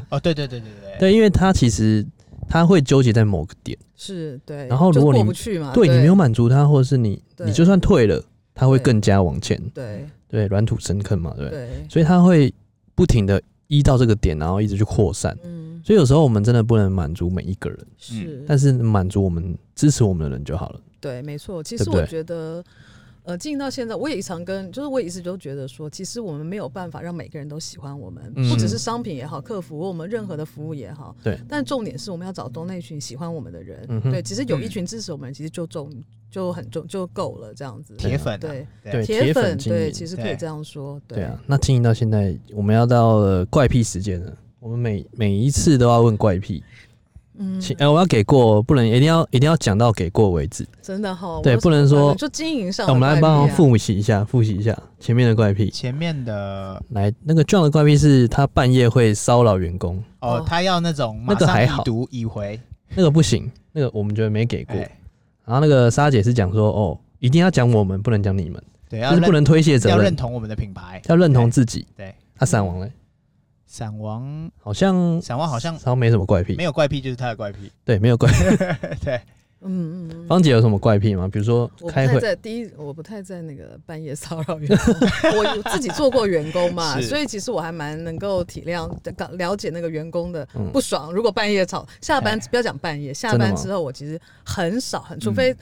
S2: 哦，对对对对对，
S1: 对，因为他其实他会纠结在某个点，
S3: 是，对。
S1: 然后如果
S3: 就
S1: 你
S3: 是过不去嘛，
S1: 啊对
S3: 对
S1: 你没有满足他，或者是你
S3: 对
S1: 你就算退了，他会
S3: 对
S1: 更加往前，
S3: 对
S1: 对，软土深坑嘛，对，
S3: 对，
S1: 所以他会不停的依到这个点，然后一直去扩散。
S3: 嗯，
S1: 所以有时候我们真的不能满足每一个人，
S3: 是，
S1: 但是满足我们支持我们的人就好了。
S3: 对，没错。其
S1: 对
S3: 实
S1: 不
S3: 我
S1: 对
S3: 觉得。呃，经营到现在，我也常跟，就是我一直都觉得说，其实我们没有办法让每个人都喜欢我们，
S1: 嗯
S3: 不只是商品也好，客服或我们任何的服务也好。
S1: 对。
S3: 但重点是我们要找到那群喜欢我们的人。
S1: 嗯哼
S3: 对，其实有一
S2: 嗯
S3: 群支持我们，其实就重就很重就够了，这样子。
S2: 铁粉啊
S3: 对
S1: 对
S3: 铁
S1: 铁粉
S3: 粉
S1: 经
S3: 对，
S1: 营
S3: 其实可以
S2: 对
S3: 这样说，
S1: 对
S3: 对
S1: 啊，那经营到现在，我们要到了怪癖时间了。我们每每一次都要问怪癖，
S3: 嗯，
S1: 请哎、我要给过，不能一定要一定要讲到给过为止。
S3: 真的哈，
S1: 对
S3: 我有
S1: 不能
S3: 什么
S1: 说
S3: 怪癖就经营上
S1: 那
S3: 的
S1: 我
S3: 怪癖
S1: 们
S3: 啊，
S1: 来帮复习一下，复习一下前面的怪癖。
S2: 前面的
S1: 来，那个 John 的怪癖是他半夜会骚扰员工，
S2: 哦
S3: 哦，
S2: 他要那种
S1: 那
S2: 马
S1: 个
S2: 上
S1: 还
S2: 已
S1: 好
S2: 读已回，
S1: 那个不行，那个我们觉得没给过。
S2: 哎
S1: 然后那个莎姐是讲说，哦，一定要讲我们，不能讲你们，
S2: 对，
S1: 就
S2: 要
S1: 是
S2: 认
S1: 不能推卸责
S2: 要
S1: 任
S2: 认，同我们的品牌。
S1: 要认同自己。
S2: 对，
S1: 他散王嘞，
S2: 散王，
S1: 好像
S2: 散王好像
S1: 好像没什么怪癖
S2: 没，有怪癖，就是他的怪癖。
S1: 对，没有
S2: [laughs]
S1: 怪。
S2: 对，
S3: 嗯嗯嗯。
S1: 芳姐有什么怪癖吗？比如说
S3: 我不
S1: 开
S3: 太
S1: 会，
S3: 在第一，我不太在那个半夜骚扰员
S1: [laughs]
S3: 工。我有自己做过员工嘛，
S2: 是
S3: 所以其实我还蛮能够体谅、刚了解那个员工的
S1: 嗯
S3: 不爽。如果半夜吵，下班
S2: 哎
S3: 不要讲半夜，下
S1: 真的吗嗯
S3: 班之后我其实很少，很除非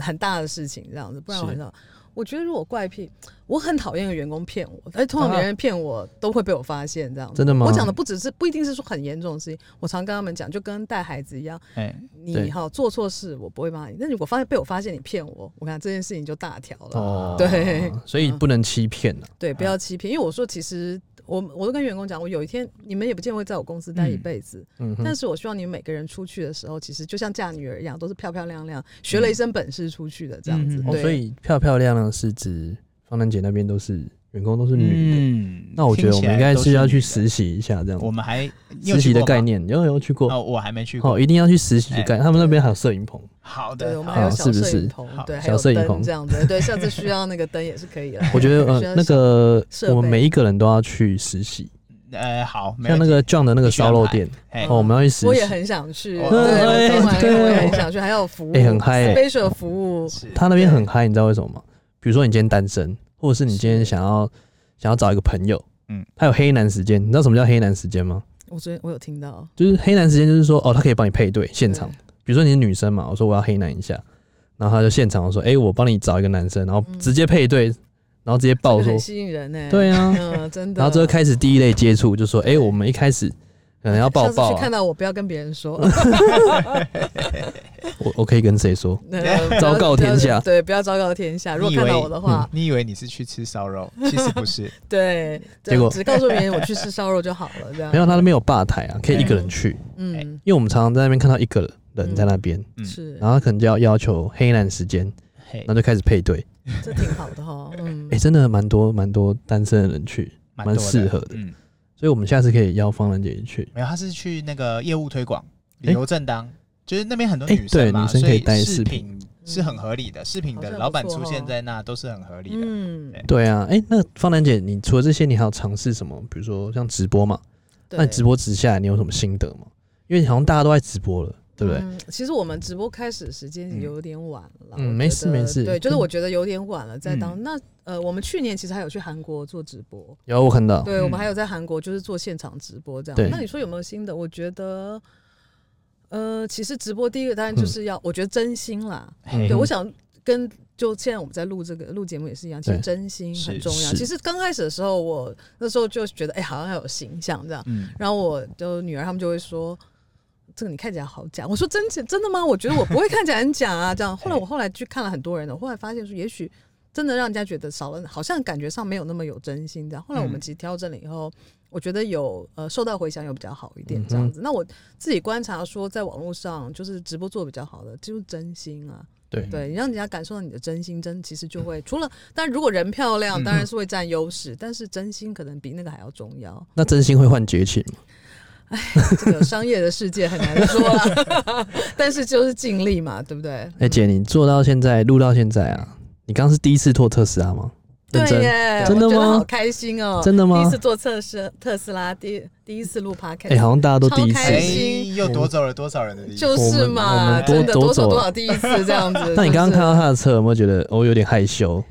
S3: 很大的事情这样子，不然我很少。我觉得如果怪癖，我很讨厌员工骗我，而通常别人骗我都会被我发现这样子。
S1: 啊真的吗
S3: 我讲的不只是不一定是说很严重的事情，我常跟他们讲，就跟带孩子一样，
S2: 哎，
S1: 对
S3: 你哈做错事，我不会骂你。但如果发现被我发现你骗我，我看这件事情就大条了。
S1: 哦，
S3: 对，
S1: 所以不能欺骗啊。
S3: 对，不要欺骗，因为我说其实我我都跟员工讲，我有一天你们也不见得会在我公司待一辈子，
S1: 嗯
S3: 但
S1: 哼，
S3: 是我希望你们每个人出去的时候，其实就像嫁女儿一样，都是漂漂亮亮，学
S1: 嗯
S3: 了一身本事出去的这样子。
S2: 嗯
S1: 哦，
S3: 对，
S1: 所以漂漂亮亮是指芳丹姐那边都是员工都是女的，
S2: 嗯，
S1: 那我觉得我
S2: 听起
S1: 们
S2: 来
S1: 应该
S2: 都
S1: 是
S2: 是
S1: 要去
S2: 女的
S1: 实习一下这样子
S2: 我。们还你有
S1: 实习
S2: 去
S1: 的
S2: 过
S1: 概
S2: 吗
S1: 念，有有去过
S2: 哦，我还没去过。
S1: 哦，一定要去实习的概念。他们那边还有摄影棚，
S2: 好
S3: 对
S2: 的，
S3: 我们
S2: 好
S3: 还有
S1: 啊
S3: 小
S1: 是不
S3: 摄
S1: 是
S3: 影棚，
S2: 好
S3: 对，还
S1: 小
S3: 有
S1: 摄影
S3: 灯
S1: 棚。
S3: 这样子。对，下次需要那个灯也是可以来
S1: 我觉
S3: [laughs]
S1: 得
S3: 需要
S1: 呃，那个
S3: 设备
S1: 我们每一个人都要去实习，
S2: 呃，好，没
S1: 像
S2: 有
S1: 那个 John 的那个烧肉店，
S2: 哎
S1: 哦，我们要去实
S3: 我也
S1: 习。
S3: 很想去，
S2: 哦
S3: 对，我
S1: 哎
S3: 当晚
S1: 对
S3: 我也很想去，还有服务，
S1: 哎很嗨哎
S3: special 服务，
S2: 是
S1: 他那边很嗨，你知道为什么吗？比如说你今天单身，或者是你今天
S3: 是
S1: 想要想要找一个朋友，嗯
S2: 嗯，
S1: 他有黑男时间，你知道什么叫黑男时间吗？
S3: 我昨天我有听到，
S1: 就是黑男时间，就是说哦，他可以帮你配对现场
S3: 对。
S1: 比如说你是女生嘛，我说我要黑男一下，然后他就现场说，哎、我帮你找一个男生，然后
S3: 嗯
S1: 直接配对，然后直接
S3: 这
S1: 报
S3: 个
S1: 说
S3: 很，吸引人呢。
S1: 对啊，
S3: 嗯，真的。
S1: 然后之后开始第一类接触，就说，哎、我们一开始可能要抱
S3: 下
S1: 抱、
S3: 次去看
S1: 啊，
S3: 到我，不要跟别
S1: [laughs]
S3: 人说，嗯
S1: 我我可以跟谁说？
S3: 呃不
S1: [laughs]
S3: 要
S1: 昭告天下嗯
S3: 不要对，不要昭告天下。如果
S2: 你以
S3: 看到
S2: 为
S3: 我的话，
S2: 你以为你是去吃烧肉，其实不
S1: [laughs]
S2: 是。
S3: 对，
S1: 结果
S3: 只告诉别人我
S1: [laughs]
S3: 去吃烧肉就好了，这样
S1: 没。有，他那哎边有吧台啊，可以一个人去，
S3: 嗯，
S1: 因为我们常常在那边看到一个人在那边，
S2: 嗯
S3: 是
S1: 然，后他可能就要要求黑男时间，
S2: 嘿
S1: 然后，就开始配对，
S3: 这挺好
S1: [laughs]
S3: 的哈。嗯
S1: 哎、，真的蛮多蛮多单身的人去，蛮
S2: 多的
S1: 适合的
S2: 嗯，
S1: 所以我们下次可以邀方兰姐一起去。
S2: 没有，他是去那个业务推广、
S1: 诶
S2: 旅游正当，就是那边很多
S1: 诶
S2: 女生
S1: 对
S2: 嘛，
S1: 女生
S2: 所
S1: 可以带
S2: 饰
S1: 饰
S2: 品是很合理的，饰品
S3: 好
S2: 的
S3: 像
S2: 老板
S3: 不错
S2: 出
S3: 哦
S2: 现在那都是很合理的。
S3: 嗯，
S1: 对啊，哎、那方兰姐，你除了这些，你还有尝试什么？比如说像直播嘛，
S3: 对
S1: 那你直播直下来，你有什么心得吗？因为好像大家都在直播了，对不对？
S3: 嗯其实我们直播开始时间有点晚了，
S1: 嗯
S3: 我
S1: 没事
S3: 觉得
S1: 没事
S3: 对，就是
S1: 嗯
S3: 我觉得有点晚了，在当
S2: 嗯
S3: 那呃，我们去年其实还有去韩国做直播，
S1: 有我看到，
S3: 对，我
S2: 嗯
S3: 们还有在韩国就是做现场直播这
S1: 对
S3: 样。那你说有没有新的？我觉得，呃，其实直播第一个当然就是要，我觉得真心啦。
S1: 嗯
S2: 嘿
S3: 对，我想跟就现在我们在录这个录节目也是一样，其实
S1: 对
S3: 真心很
S2: 是
S3: 重要。
S1: 是
S3: 其实刚开始的时候，我那时候就觉得，哎、好像要有形象这样。
S2: 嗯，
S3: 然后我就女儿他们就会说。这个你看起来好假，我说真假真的吗？我觉得我不会看起来很假啊，这样。后来我后来去看了很多人的，我后来发现说，也许真的让人家觉得少了，好像感觉上没有那么有真心这样。后来我们
S2: 嗯
S3: 其实调整了以后，我觉得有呃受到回响有比较好一点
S1: 嗯哼
S3: 这样子。那我自己观察说，在网络上就是直播做得比较好的，就是真心啊，
S1: 对
S3: 对，你让人家感受到你的真心真，其实就会除了，但如果人漂
S1: 嗯
S3: 亮，当然是会占优势，但是真心可能比那个还要重要。
S1: 那真心会换绝情
S3: 嗯
S1: 吗？
S3: 这个商业的世界很难说啦，但是就是尽力嘛，对不对？
S1: 哎、姐，你做到现在，录到现在啊，你刚刚是第一次做特斯拉吗？认
S3: 对
S1: 真，
S3: 耶，
S1: 真的
S3: 我觉得
S1: 吗
S3: 好开心哦！
S1: 真的吗
S3: 第一次坐特斯特斯拉，第第一次录 podcast，、
S1: 哎、好像大家都第一
S3: 超
S1: 次
S3: 开
S2: 哎
S3: 心。
S2: 又夺走了多少人的利益？
S3: 就是
S1: 我们
S3: 嘛，
S2: 我
S3: 真
S1: 们
S3: 的
S1: 多
S3: 多
S1: 走
S3: 少
S1: 走
S3: 多
S1: 了
S3: 少第一次这样子
S1: [laughs] 。那你刚刚看
S3: 是不是
S1: 到他的车，有没有觉得哦有点害羞？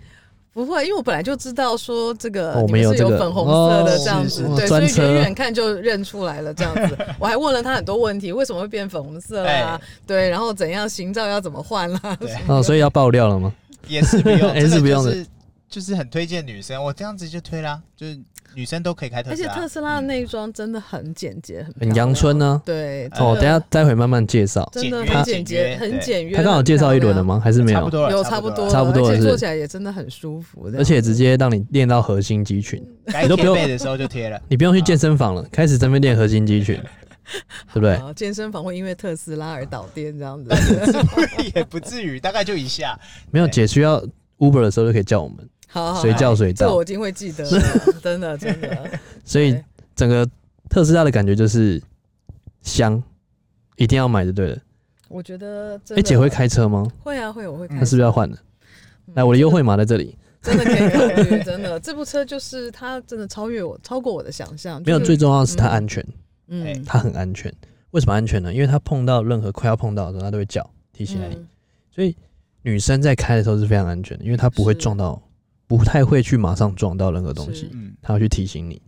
S3: 不会，因为我本来就知道说这个
S1: 哦我们
S3: 你们
S1: 有
S3: 是
S1: 这个
S3: 粉红色
S1: 哦
S3: 的这样
S2: 是
S3: 子
S2: 是，
S1: 是
S3: 对，所
S1: 专
S3: 以
S1: 车
S3: 远远看就认出来了这样
S1: [laughs]
S3: 子。我还问了他很多问题，为什么会变粉红色啊
S2: 哎？
S3: 对，然后怎样行照要怎么换啊啦、
S1: [laughs]
S2: 对，
S1: 哦，所以要爆料了吗？
S2: 也是
S1: [laughs]
S2: 不用，
S1: 也哎
S2: 真
S1: 是
S2: 的
S1: 不
S2: 就
S1: 用的
S2: 是就是很推荐女生，我这样子就推啦，就是女生都可以开特
S3: 而
S2: 斯
S3: 且
S2: 拉，
S3: 特斯拉的内装真的很简洁，很漂
S1: 很
S3: 亮
S1: 阳春呢、
S3: 对，真的
S1: 哦，等一下待会慢慢介绍。
S3: 真的
S2: 简约
S3: 很简洁，
S2: 简约
S3: 很简约。
S1: 他刚好介绍一轮了
S3: 吗？
S1: 吗？还是没
S2: 差不
S1: 有？
S2: 多了，
S3: 有
S2: 差
S3: 差不
S2: 多
S3: 多，
S2: 了，
S1: 差不多
S3: 而且
S1: 是
S3: 做起来也真的很舒服。这样
S1: 而且直接让你练到核心肌群，
S2: 该
S1: 你都不
S2: 贴
S1: 用
S2: 背的时候就贴
S3: [laughs]
S2: 了。 [laughs]
S1: 你不用去健身房了，开始这边练核心肌群，对不对？
S3: 啊，健身房会因为特斯拉而倒店这样
S1: [laughs]
S3: 子。
S2: 也不至于，大概就一下。
S1: 没有姐需要 Uber 的时候就可以叫我们，
S3: 好好，
S1: 随
S3: 好
S1: 叫随
S3: 哦哎这个
S1: 到
S3: 我。一定会记得的，
S1: [laughs]
S3: 真的真的。
S1: 所以
S3: 对
S1: 整个特斯拉的感觉就是香，一定要买就对了。
S3: 我觉得真
S1: 哎、
S3: 的
S1: 姐会开车吗？
S3: 会啊会，我会开
S1: 那
S3: 车。
S1: 是不是要换了？
S3: 嗯
S1: 来，我的优惠码在这里。
S3: 真的可以考虑，真的这部车就是它真的超越我，超过我的想象。
S1: 没有，
S3: 就是
S1: 最重要的是它安全，
S2: 哎
S3: 嗯，
S1: 它很安全。为什么安全呢？因为它碰到任何快要碰到的时候，它都会叫提醒你。
S3: 嗯
S1: 所以女生在开的时候是非常安全的，因为她不会
S3: 是
S1: 撞到，不太会去马上撞到任何东
S3: 是
S1: 西，
S2: 嗯，
S1: 她会去提醒你。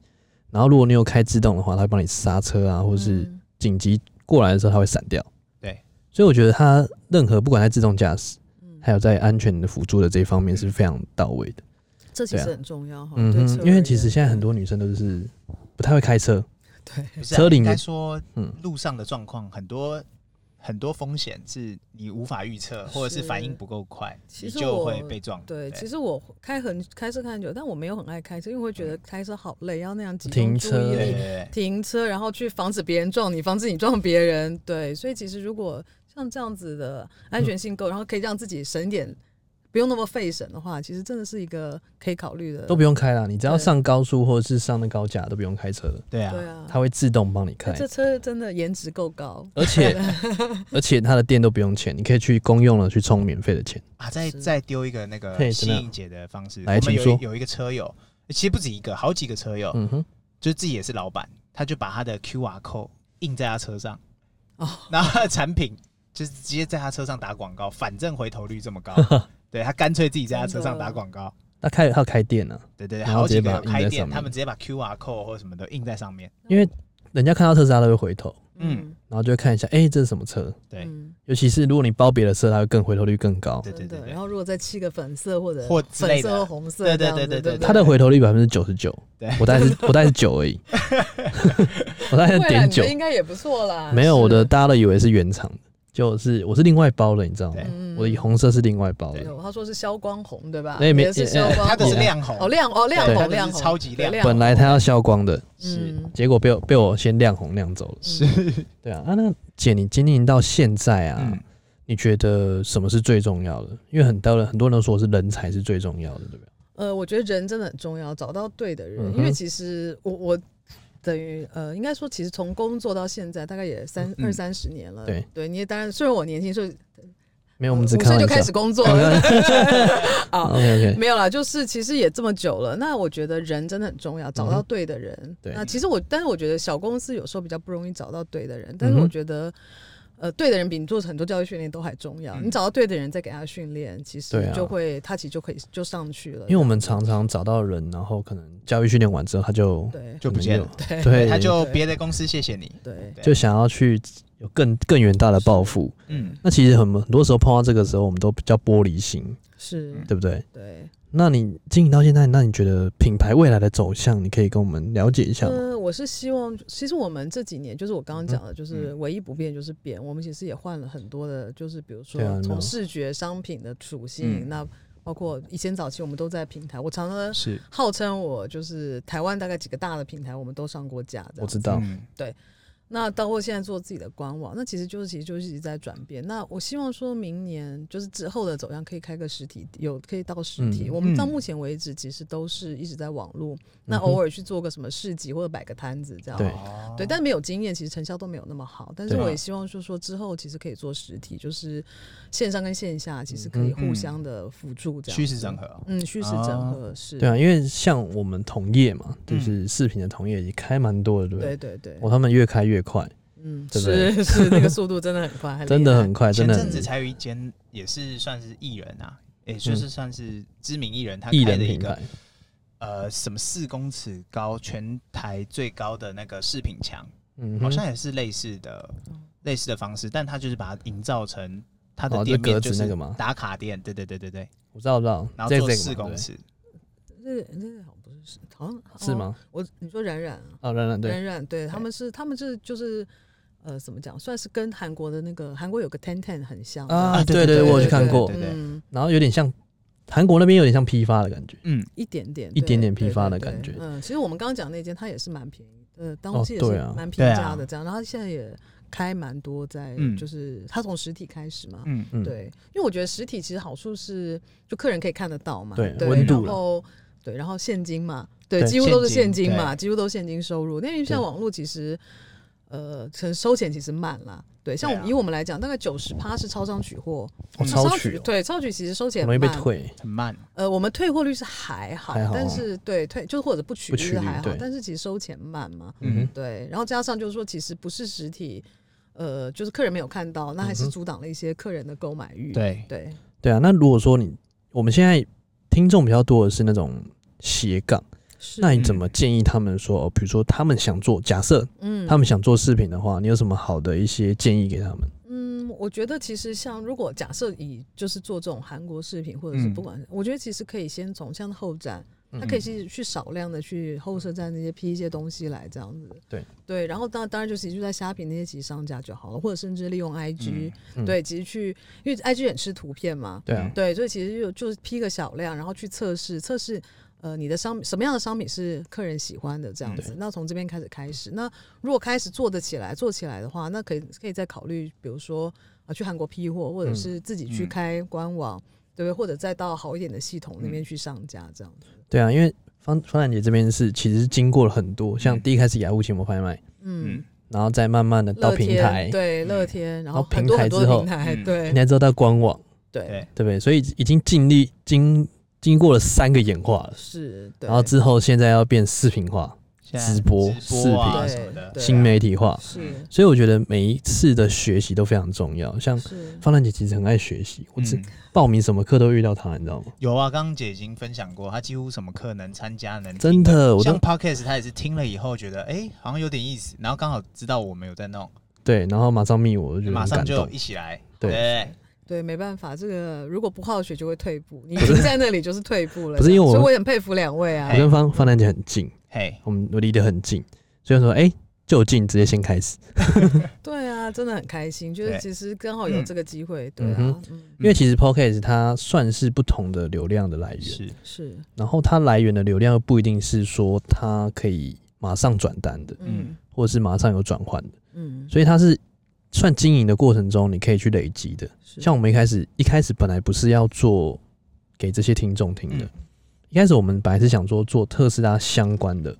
S1: 然后如果你有开自动的话，它会帮你刹车啊，或是
S3: 嗯
S1: 紧急过来的时候，它会闪掉。
S2: 对，
S1: 所以我觉得它任何不管在自动驾驶，
S3: 嗯
S1: 还有在安全的辅助的这一方面是非常到位的。
S3: 这其
S1: 对啊
S3: 实很重要哈。
S1: 嗯
S3: 哦对车
S1: 哼，
S3: 而
S1: 因为其实
S3: 言
S1: 现在很多女生都是不太会开车，
S3: 对
S2: 不是啊
S1: 车龄
S2: 应
S1: 也
S2: 该说
S1: 嗯，
S2: 路上的状况很多。很多风险是你无法预测，或者是反应不够快，
S3: 其
S2: 你
S3: 实
S2: 就
S3: 我
S2: 会被撞。
S3: 对，其实我开很开车开很久，但我没有很爱开车，因为我会觉
S2: 嗯
S3: 得开车好累，要那样集中
S1: 停
S3: 注
S1: 车
S3: 意
S2: 对对
S3: 力
S2: 对对
S3: 停车，然后去防止别人撞你，防止你撞别人。对，所以其实如果像这样子的安全性够，然后可以让自己省一点，不用那么费神的话，其实真的是一个可以考虑的。
S1: 都不用开啦，你只要
S3: 对
S1: 上高速或者是上那高架都不用开车了，
S2: 对
S3: 对
S2: 啊，
S3: 啊，
S1: 它会自动帮你开
S3: 那。这车真的颜值够高，
S1: 而
S3: [laughs]
S1: 且而且它的电都不用钱，你可以去公用了去充免费的钱。
S2: 啊，再
S3: 是
S2: 再丢一个那
S1: 嘿
S2: 个
S1: 怎
S2: 吸
S1: 么样
S2: 引姐的方式。我
S1: 来
S2: 们
S1: 请
S2: 有
S1: 说
S2: 一有一个车友，其实不止一个，好几个车友，
S1: 嗯 [laughs] 哼，
S2: 就是自己也是老板，他就把他的 QR code 印在他车上，
S3: 哦
S2: 然后他的产品 [laughs] 就是直接在他车上打广告，反正回头率这么
S1: [laughs]
S2: 高，对他干脆自己在他车上打广告，
S1: 它开它有开店啊，
S2: 对对对，
S1: 然后
S2: 好几
S1: 直接
S2: 个
S1: 把
S2: 有
S1: 它印
S2: 开
S1: 在
S2: 店，
S1: 上面
S2: 他们直接把 QR code 或什么都印在上面，
S1: 因为人家看到特斯拉都会回头，
S2: 嗯
S1: 然后就会看一下，哎、这是什么车？
S2: 对
S3: 嗯
S1: 尤其是如果你包别的车，它会更回头率更高。
S2: 对对
S3: 真
S2: 对
S3: 的。
S2: 对
S3: 然，后如果再漆个粉色或者
S2: 或之
S3: 粉
S2: 类
S3: 色
S2: 的
S3: 或红色
S2: 对
S3: 这
S2: 对
S3: 样子，
S2: 对对对
S3: 对
S2: 对
S1: 它的回头率百分之九十九
S2: 对，
S1: 我大概
S2: [laughs]
S1: 是我大概是九而已，我大概是
S3: 对啦
S1: 点
S3: 你
S1: 九
S3: 的，应该也不错啦。
S1: 没有我的
S3: 是，啊
S1: 大家都以为是原厂的，就是我是另外包的，你知道吗
S2: 对？
S3: 嗯
S1: 我的红色是另外包的，
S3: 有他说是消光红对吧？
S1: 哎没
S3: 也是消光红，
S2: 他的是亮红，
S3: 哦亮哦亮
S2: 对它
S3: 红
S2: 的
S3: 亮
S2: 是
S3: 红，
S2: 超级
S3: 对
S2: 亮
S3: 亮
S1: 本来
S3: 红
S1: 它要消光的，
S2: 是
S3: 嗯
S1: 结果被我被我先亮红亮走了。
S2: 是
S1: 对啊，啊，那姐，你经营到现在啊，
S2: 嗯，
S1: 你觉得什么是最重要的？因为很多人很多人都说是人才是最重要的，对不对？
S3: 呃，我觉得人真的很重要，找到对的人。
S1: 嗯哼
S3: 因为其实我我等于呃，应该说，其实从工作到现在，大概也三、
S2: 嗯
S3: 二三十年了。
S1: 对，
S3: 你也当然，虽然我年轻，所以
S1: 没有，我们只
S3: 五
S1: 开
S3: 岁就
S1: 玩
S3: 开始
S1: 笑。
S3: 工
S1: [laughs]
S3: 作了。啊，
S1: OK OK，
S3: 没有啦，就是其实也这么久了。那我觉得人真的很重要，找
S1: 嗯
S3: 到
S1: 哼
S3: 对的人。
S1: 对
S3: 那其实我，但是我觉得小公司有时候比较不容易找到对的人，但是
S1: 嗯
S3: 我
S1: 哼
S3: 觉得。呃，对的人比你做很多教育训练都还重要。
S2: 嗯
S3: 你找到对的人，再给他训练，其实
S1: 对啊
S3: 就会、他其实就可以就上去了。
S1: 因为我们常常找到人，然后可能教育训练完之后，他就
S3: 对
S2: 就不见了，
S3: 对
S1: 对，
S2: 他就
S3: 对
S2: 别的公司谢谢你，
S3: 对
S2: 对
S1: 就想要去有更更远大的抱负。
S2: 嗯，
S1: 那其实很很多时候碰到这个时候，我们都比较玻璃心，
S3: 是
S1: 对不对？
S3: 对，
S1: 那你经营到现在，那你觉得品牌未来的走向，你可以跟我们了解一下吗？
S3: 嗯，我是希望，其实我们这几年，就是我刚刚讲的，就是
S2: 嗯
S3: 唯一不变就是变。我们其实也换了很多的，就是比如说
S1: 对啊没有
S3: 从视觉商品的属性，
S2: 嗯
S3: 那包括以前早期我们都在平台，我常常
S2: 是，
S3: 号称我就是台湾大概几个大的平台，我们都上过架这
S1: 我
S3: 样。
S1: 知道，
S2: 嗯
S3: 那到过现在做自己的官网，那其实就是其实就是一直在转变。那我希望说明年就是之后的走向可以开个实体，有可以到实体。
S1: 嗯
S3: 我们到
S2: 嗯
S3: 目前为止其实都是一直在网络，那
S1: 嗯哼
S3: 偶尔去做个什么市集或者摆个摊子这样。
S1: 对
S2: 哦
S3: 对，但没有经验，其实成效都没有那么好。但是
S1: 对啊
S3: 我也希望就是说之后其实可以做实体，就是线上跟线下其实可以
S1: 嗯
S2: 嗯
S3: 互相的辅助这样。
S2: 趋势哦整合，
S3: 嗯，虚实整合是。
S1: 对啊，因为像我们同业嘛，
S2: 嗯
S1: 就是视频的同业也开蛮多的，对不对
S3: 对？对对，
S1: 哦，他们越开越快，
S3: 嗯，
S1: 对不对
S3: 是是，那个速度真的很
S1: [laughs]
S3: 快，
S1: 真的很快，真
S2: 前
S1: 的
S2: 阵
S1: 很
S2: 子才有一间也是算是艺人啊，也就是算是知名艺人，他
S1: 艺
S2: 开
S1: 人
S2: 的一
S1: 品
S2: 个
S1: 牌，
S2: 呃什么四公尺高，全台最高的那个饰品墙，
S1: 嗯哼，
S2: 好像也是类似的类似的方式，但他就是把它营造成他
S1: 哦
S2: 的
S1: 就
S2: 店面
S1: 格子
S2: 就
S1: 那
S2: 是
S1: 个吗
S2: 打卡店，对对对对对，
S1: 我知道，我知道，
S2: 然后
S1: 这
S2: 做
S1: 这
S2: 四
S1: 个嘛
S2: 公，尺，
S3: 这个这个好像不是好像
S1: 对是？
S3: 哦
S1: 吗？
S3: 我你说冉冉啊，
S1: 哦，然然对，
S3: 冉冉对他们是他们是就是呃怎么讲，算是跟韩国的那个韩国有个 Ten Ten 很像
S1: 啊
S3: 这
S1: 对
S3: 样
S1: 对我有去看过
S2: 对对，对
S3: 嗯，
S1: 然后有点像韩国那边有点像批发的感觉，
S2: 嗯，
S3: 一点点，
S1: 一点
S3: 对
S1: 点批
S3: 对
S1: 发
S3: 对
S1: 的感
S3: 对
S1: 觉
S3: 嗯，其实我们刚刚讲那间，它也是蛮便宜的，呃，
S1: 哦
S3: 当时也是
S1: 对啊
S3: 蛮平
S2: 对啊
S3: 价的这样。然后现在也开蛮多在，
S2: 嗯
S3: 就是它从实体开始嘛，
S2: 嗯
S1: 嗯，
S3: 对，因为我觉得实体其实好处是，就客人可以看得到嘛，
S1: 对
S3: 对，
S1: 温度
S3: 然
S1: 了
S3: 后对，然后现金嘛，对，
S1: 对
S3: 几乎都是
S2: 现
S3: 现
S2: 金
S3: 金嘛，几乎都是现金收入。那因为像网络其实，呃，可能收钱其实慢啦，对，像我们、
S2: 对啊
S3: 以我们来讲，大概九十趴是超商取货，
S1: 我
S2: 嗯
S1: 超
S3: 商
S1: 取哦，
S3: 对超取其实收钱
S1: 很容易被退。
S2: 很慢，
S3: 呃，我们退货率是还好，
S1: 还好啊
S3: 但是对退就或者不取
S1: 不
S3: 率
S1: 取
S3: 是
S1: 率
S3: 还好
S1: 对，
S3: 但是其实收钱慢嘛，
S1: 嗯
S2: 嗯
S1: 哼，
S3: 对，然后加上就是说，其实不是实体，呃，就是客人没有看到，那还
S1: 嗯
S3: 是
S1: 哼
S3: 阻挡了一些客人的购买欲。
S2: 对，
S3: 对，
S1: 对啊，那如果说你我们现在听众比较多的是那种斜杠，
S3: 是，
S1: 那你
S2: 嗯
S1: 怎么建议他们说，哦比如说他们想做，假设
S3: 嗯
S1: 他们想做饰品的话，你有什么好的一些建议给他们？
S3: 嗯，我觉得其实像如果假设以就是做这种韩国饰品，或者是
S2: 嗯
S3: 不管，我觉得其实可以先从像后站，
S1: 嗯
S3: 它可以去去少量的去后车站那些批一些东西来这样子。
S1: 对
S3: 对，然后当当然就是就在虾皮那些集商家就好了，或者甚至利用 IG，、
S1: 嗯
S3: 对，其实去因为 IG 很吃图片嘛，
S1: 对啊
S2: 嗯，
S3: 对，所以其实就就是批个小量，然后去测试测试，呃，你的商什么样的商品是客人喜欢的
S1: 嗯
S3: 这样子。那从这边开始开始，那如果开始做得起来，做起来的话，那可以可以再考虑，比如说啊、去韩国批货，或者
S1: 嗯
S3: 是自己去
S2: 嗯
S3: 开官网，对不对？或者再到好一点的系统那边
S1: 嗯
S3: 去上架这样子。
S1: 对啊，因为方方兰姐这边是其实是经过了很多，像
S2: 嗯
S1: 第一开始雅虎奇摩拍卖，
S3: 嗯
S2: 嗯，，
S1: 然后再慢慢的到
S3: 乐
S1: 平
S3: 天
S1: 台，
S3: 对乐
S2: 嗯
S3: 天，然
S1: 后
S3: 后很多
S1: 平台
S3: 很多
S1: 之
S3: 的
S1: 后
S3: 平台，
S2: 嗯
S3: 对
S1: 平台之后到官网，
S3: 对
S2: 对，
S1: 对不对？所以已经尽力经经过了三个演化了，
S3: 是，对
S1: 然后之后现在要变视频化、
S2: 现在
S1: 直播
S2: 直播啊
S3: 视频
S2: 什么的，
S3: 对
S1: 新媒体化，
S3: 是
S1: 所以我觉得每一次的学习都非常重要。像
S3: 是
S1: 方兰姐其实很爱学习，我只
S2: 嗯
S1: 报名什么课都遇到她，你知道吗？
S2: 有啊，刚刚姐已经分享过，她几乎什么课能参加能
S1: 真
S2: 听
S1: 的，我
S2: 像
S1: 都
S2: podcast 她也是听了以后觉得哎、诶好像有点意思，然后刚好知道我们有在弄，
S1: 对，然后马上密我，我就觉得
S2: 马
S1: 很
S2: 上
S1: 感
S2: 就
S1: 动
S2: 一。起来，
S1: 对
S2: 对，
S3: 对，没办法，这个如果不好学就会退步，你已经在那里就是退步了。
S1: 不是因为我哎
S3: 所以我也很佩服两位啊
S1: 我。跟方方兰姐很近，
S2: 嘿，
S1: 我们我离得很近，所以说哎、就近直接先开始，
S3: 对啊，真的很开心，就是
S2: 对
S3: 其实刚好有这个机会，对
S1: 嗯
S3: 啊
S1: 哼，
S3: 嗯，
S1: 因为其实 podcast 它算是不同的流量的来源，
S2: 是，
S3: 是，
S1: 然后它来源的流量又不一定是说它可以马上转单的，
S3: 嗯
S2: 嗯
S1: 或者是马上有转换的，
S3: 嗯，
S1: 所以它是算经营的过程中你可以去累积的。
S3: 是
S1: 像我们一开始一开始本来不是要做给这些听众听的，一开始我们本来是想说做特斯拉相关的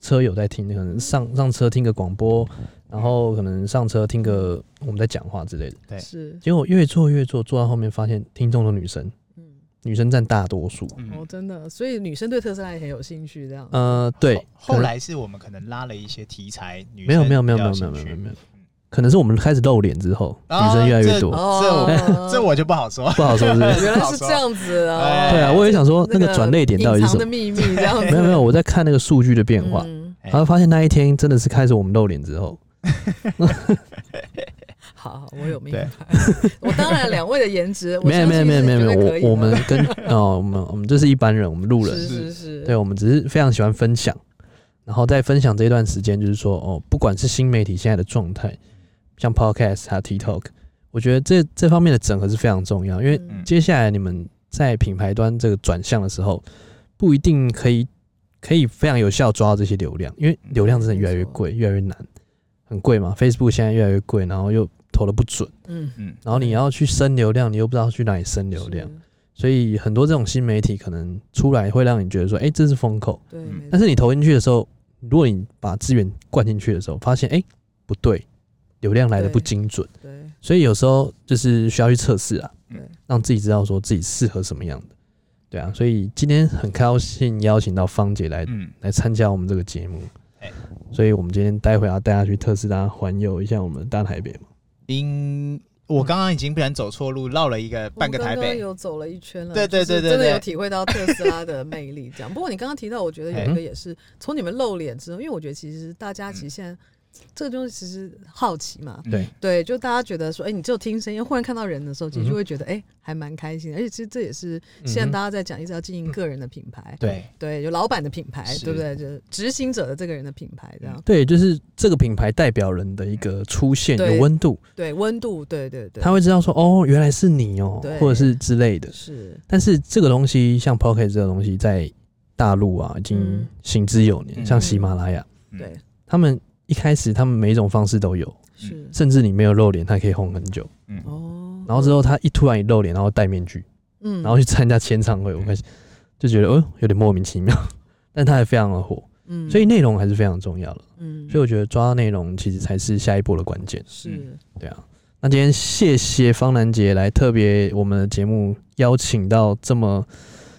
S1: 车友在听，可能上上车听个广播，然后可能上车听个我们在讲话之类的。
S2: 对
S3: 是，
S1: 结果越做越做，做到后面发现听众的女生，
S3: 嗯，
S1: 女生占大多数。
S3: 哦，
S2: 嗯，
S3: 真的，所以女生对特斯拉也很有兴趣，这样，
S1: 呃，对，
S2: 后
S1: 可
S2: 后
S1: 能
S2: 来是我们可能拉了一些题材，女
S1: 没有
S2: 生
S1: 没有没有
S2: 比
S1: 没
S2: 较
S1: 有没有没有
S2: 兴趣
S1: 没有没有，可能是我们开始露脸之后，
S2: 啊
S1: 女生越来越多， [laughs]
S3: 哦，
S2: 这我就不好说，
S1: 不好说是不是？
S3: 原来是这样子啊，
S2: 哎
S1: [laughs] 对啊，我也想说那
S3: 那
S1: 个转泪点到底
S3: 隐
S1: 是什
S3: 藏的
S1: 么？
S3: 秘密这样子，
S1: [laughs] 没有没有，我在看那个数据的变化，
S3: 嗯，
S2: 哎
S1: 然后发现那一天真的是开始我们露脸之后，
S3: 好，好我有明
S2: 对
S3: 白， [laughs] 我当然两位的颜值，我
S1: 没有
S3: 相
S1: 没有
S3: 信
S1: 没有
S3: 是
S1: 没有
S3: 绝
S1: 没
S3: 对可以
S1: 有，我我们
S3: [laughs] 的
S1: 跟哦我们我们就是一般人，我们路人，
S3: 是是是，
S1: 对我们只是非常喜欢分享，然后在分享这段时间，就是说哦，不管是新媒体现在的状态，像 Podcast 还有 TikTok，我觉得这这方面的整合是非常重要，因为
S3: 嗯
S1: 接下来你们在品牌端这个转向的时候，不一定可以可以非常有效抓到这些流量，因为流量真的越来越贵，越来越难，很贵嘛。Facebook 现在越来越贵，然后又投的不准，
S3: 嗯，
S2: 嗯，
S1: 然后你要去升流量，你又不知道去哪里升流量
S3: 是，，
S1: 所以很多这种新媒体可能出来会让你觉得说，哎、这是风口，
S3: 对，
S2: 嗯
S3: 没
S1: 但是你投进去的时候，如果你把资源灌进去的时候，发现哎、诶不对，流量来的不
S3: 对
S1: 精准，
S3: 错对。
S1: 所以有时候就是需要去测试啊
S2: 对，
S1: 让自己知道说自己适合什么样的。对啊，所以今天很高兴邀请到芳姐来、
S2: 嗯，
S1: 来参加我们这个节目
S2: 哎。
S1: 所以我们今天待会要带大家去特斯拉环游一下我们的大台北嘛。
S2: 因我刚刚已经不然走错路，绕了一个半个台
S3: 我们刚刚
S2: 北，
S3: 有走了一圈了，
S2: 对对
S3: 就
S2: 对
S3: 是
S2: 对
S3: 真的
S2: 对
S3: 有体会到特斯拉的魅力。这样，不过你刚刚提到，我觉得有一个也是从你们露脸之后，因为我觉得其实大家其实现
S1: 嗯
S3: 在。这个东西其实好奇嘛，
S2: 嗯
S1: 对，
S3: 对，就大家觉得说，哎、你只有听声音，忽然看到人的时候，其实
S1: 嗯
S3: 就
S1: 哼嗯
S3: 会觉得，哎、还蛮开心的。而且其实这也是
S2: 嗯
S3: 现在大家在讲，一直要经营个人的品牌，
S2: 对，
S3: 对，有老板的品牌，
S2: 是
S3: 对不对？就是执行者的这个人的品牌，这样，
S1: 对，就是这个品牌代表人的一个出现
S3: 对
S1: 有温度，
S3: 对，温度，对对对，
S1: 他会知道说哦，原来是你哦
S3: 对，
S1: 或者是之类的。
S3: 是
S1: 但是这个东西，像 Pocket 这个东西，在大陆啊已经
S3: 嗯
S1: 行之有年，
S2: 嗯
S1: 像喜马拉雅，
S2: 嗯
S3: 对
S1: 他们一开始他们每一种方式都有，
S3: 是
S1: 甚至你没有露脸，它可以红很久。
S3: 哦，
S1: 然后之后他一突然一露脸，然后戴面具，
S3: 嗯，
S1: [laughs] 然后去参加签唱会，我开始就觉得哦有点莫名其妙，但他还非常的火。
S3: 嗯，
S1: 所以内容还是非常重要的。
S3: 嗯，
S1: 所以我觉得抓到内容其实才是下一波的关键。
S3: 是，
S1: 对啊，那今天谢谢方南姐来特别我们的节目邀请到这么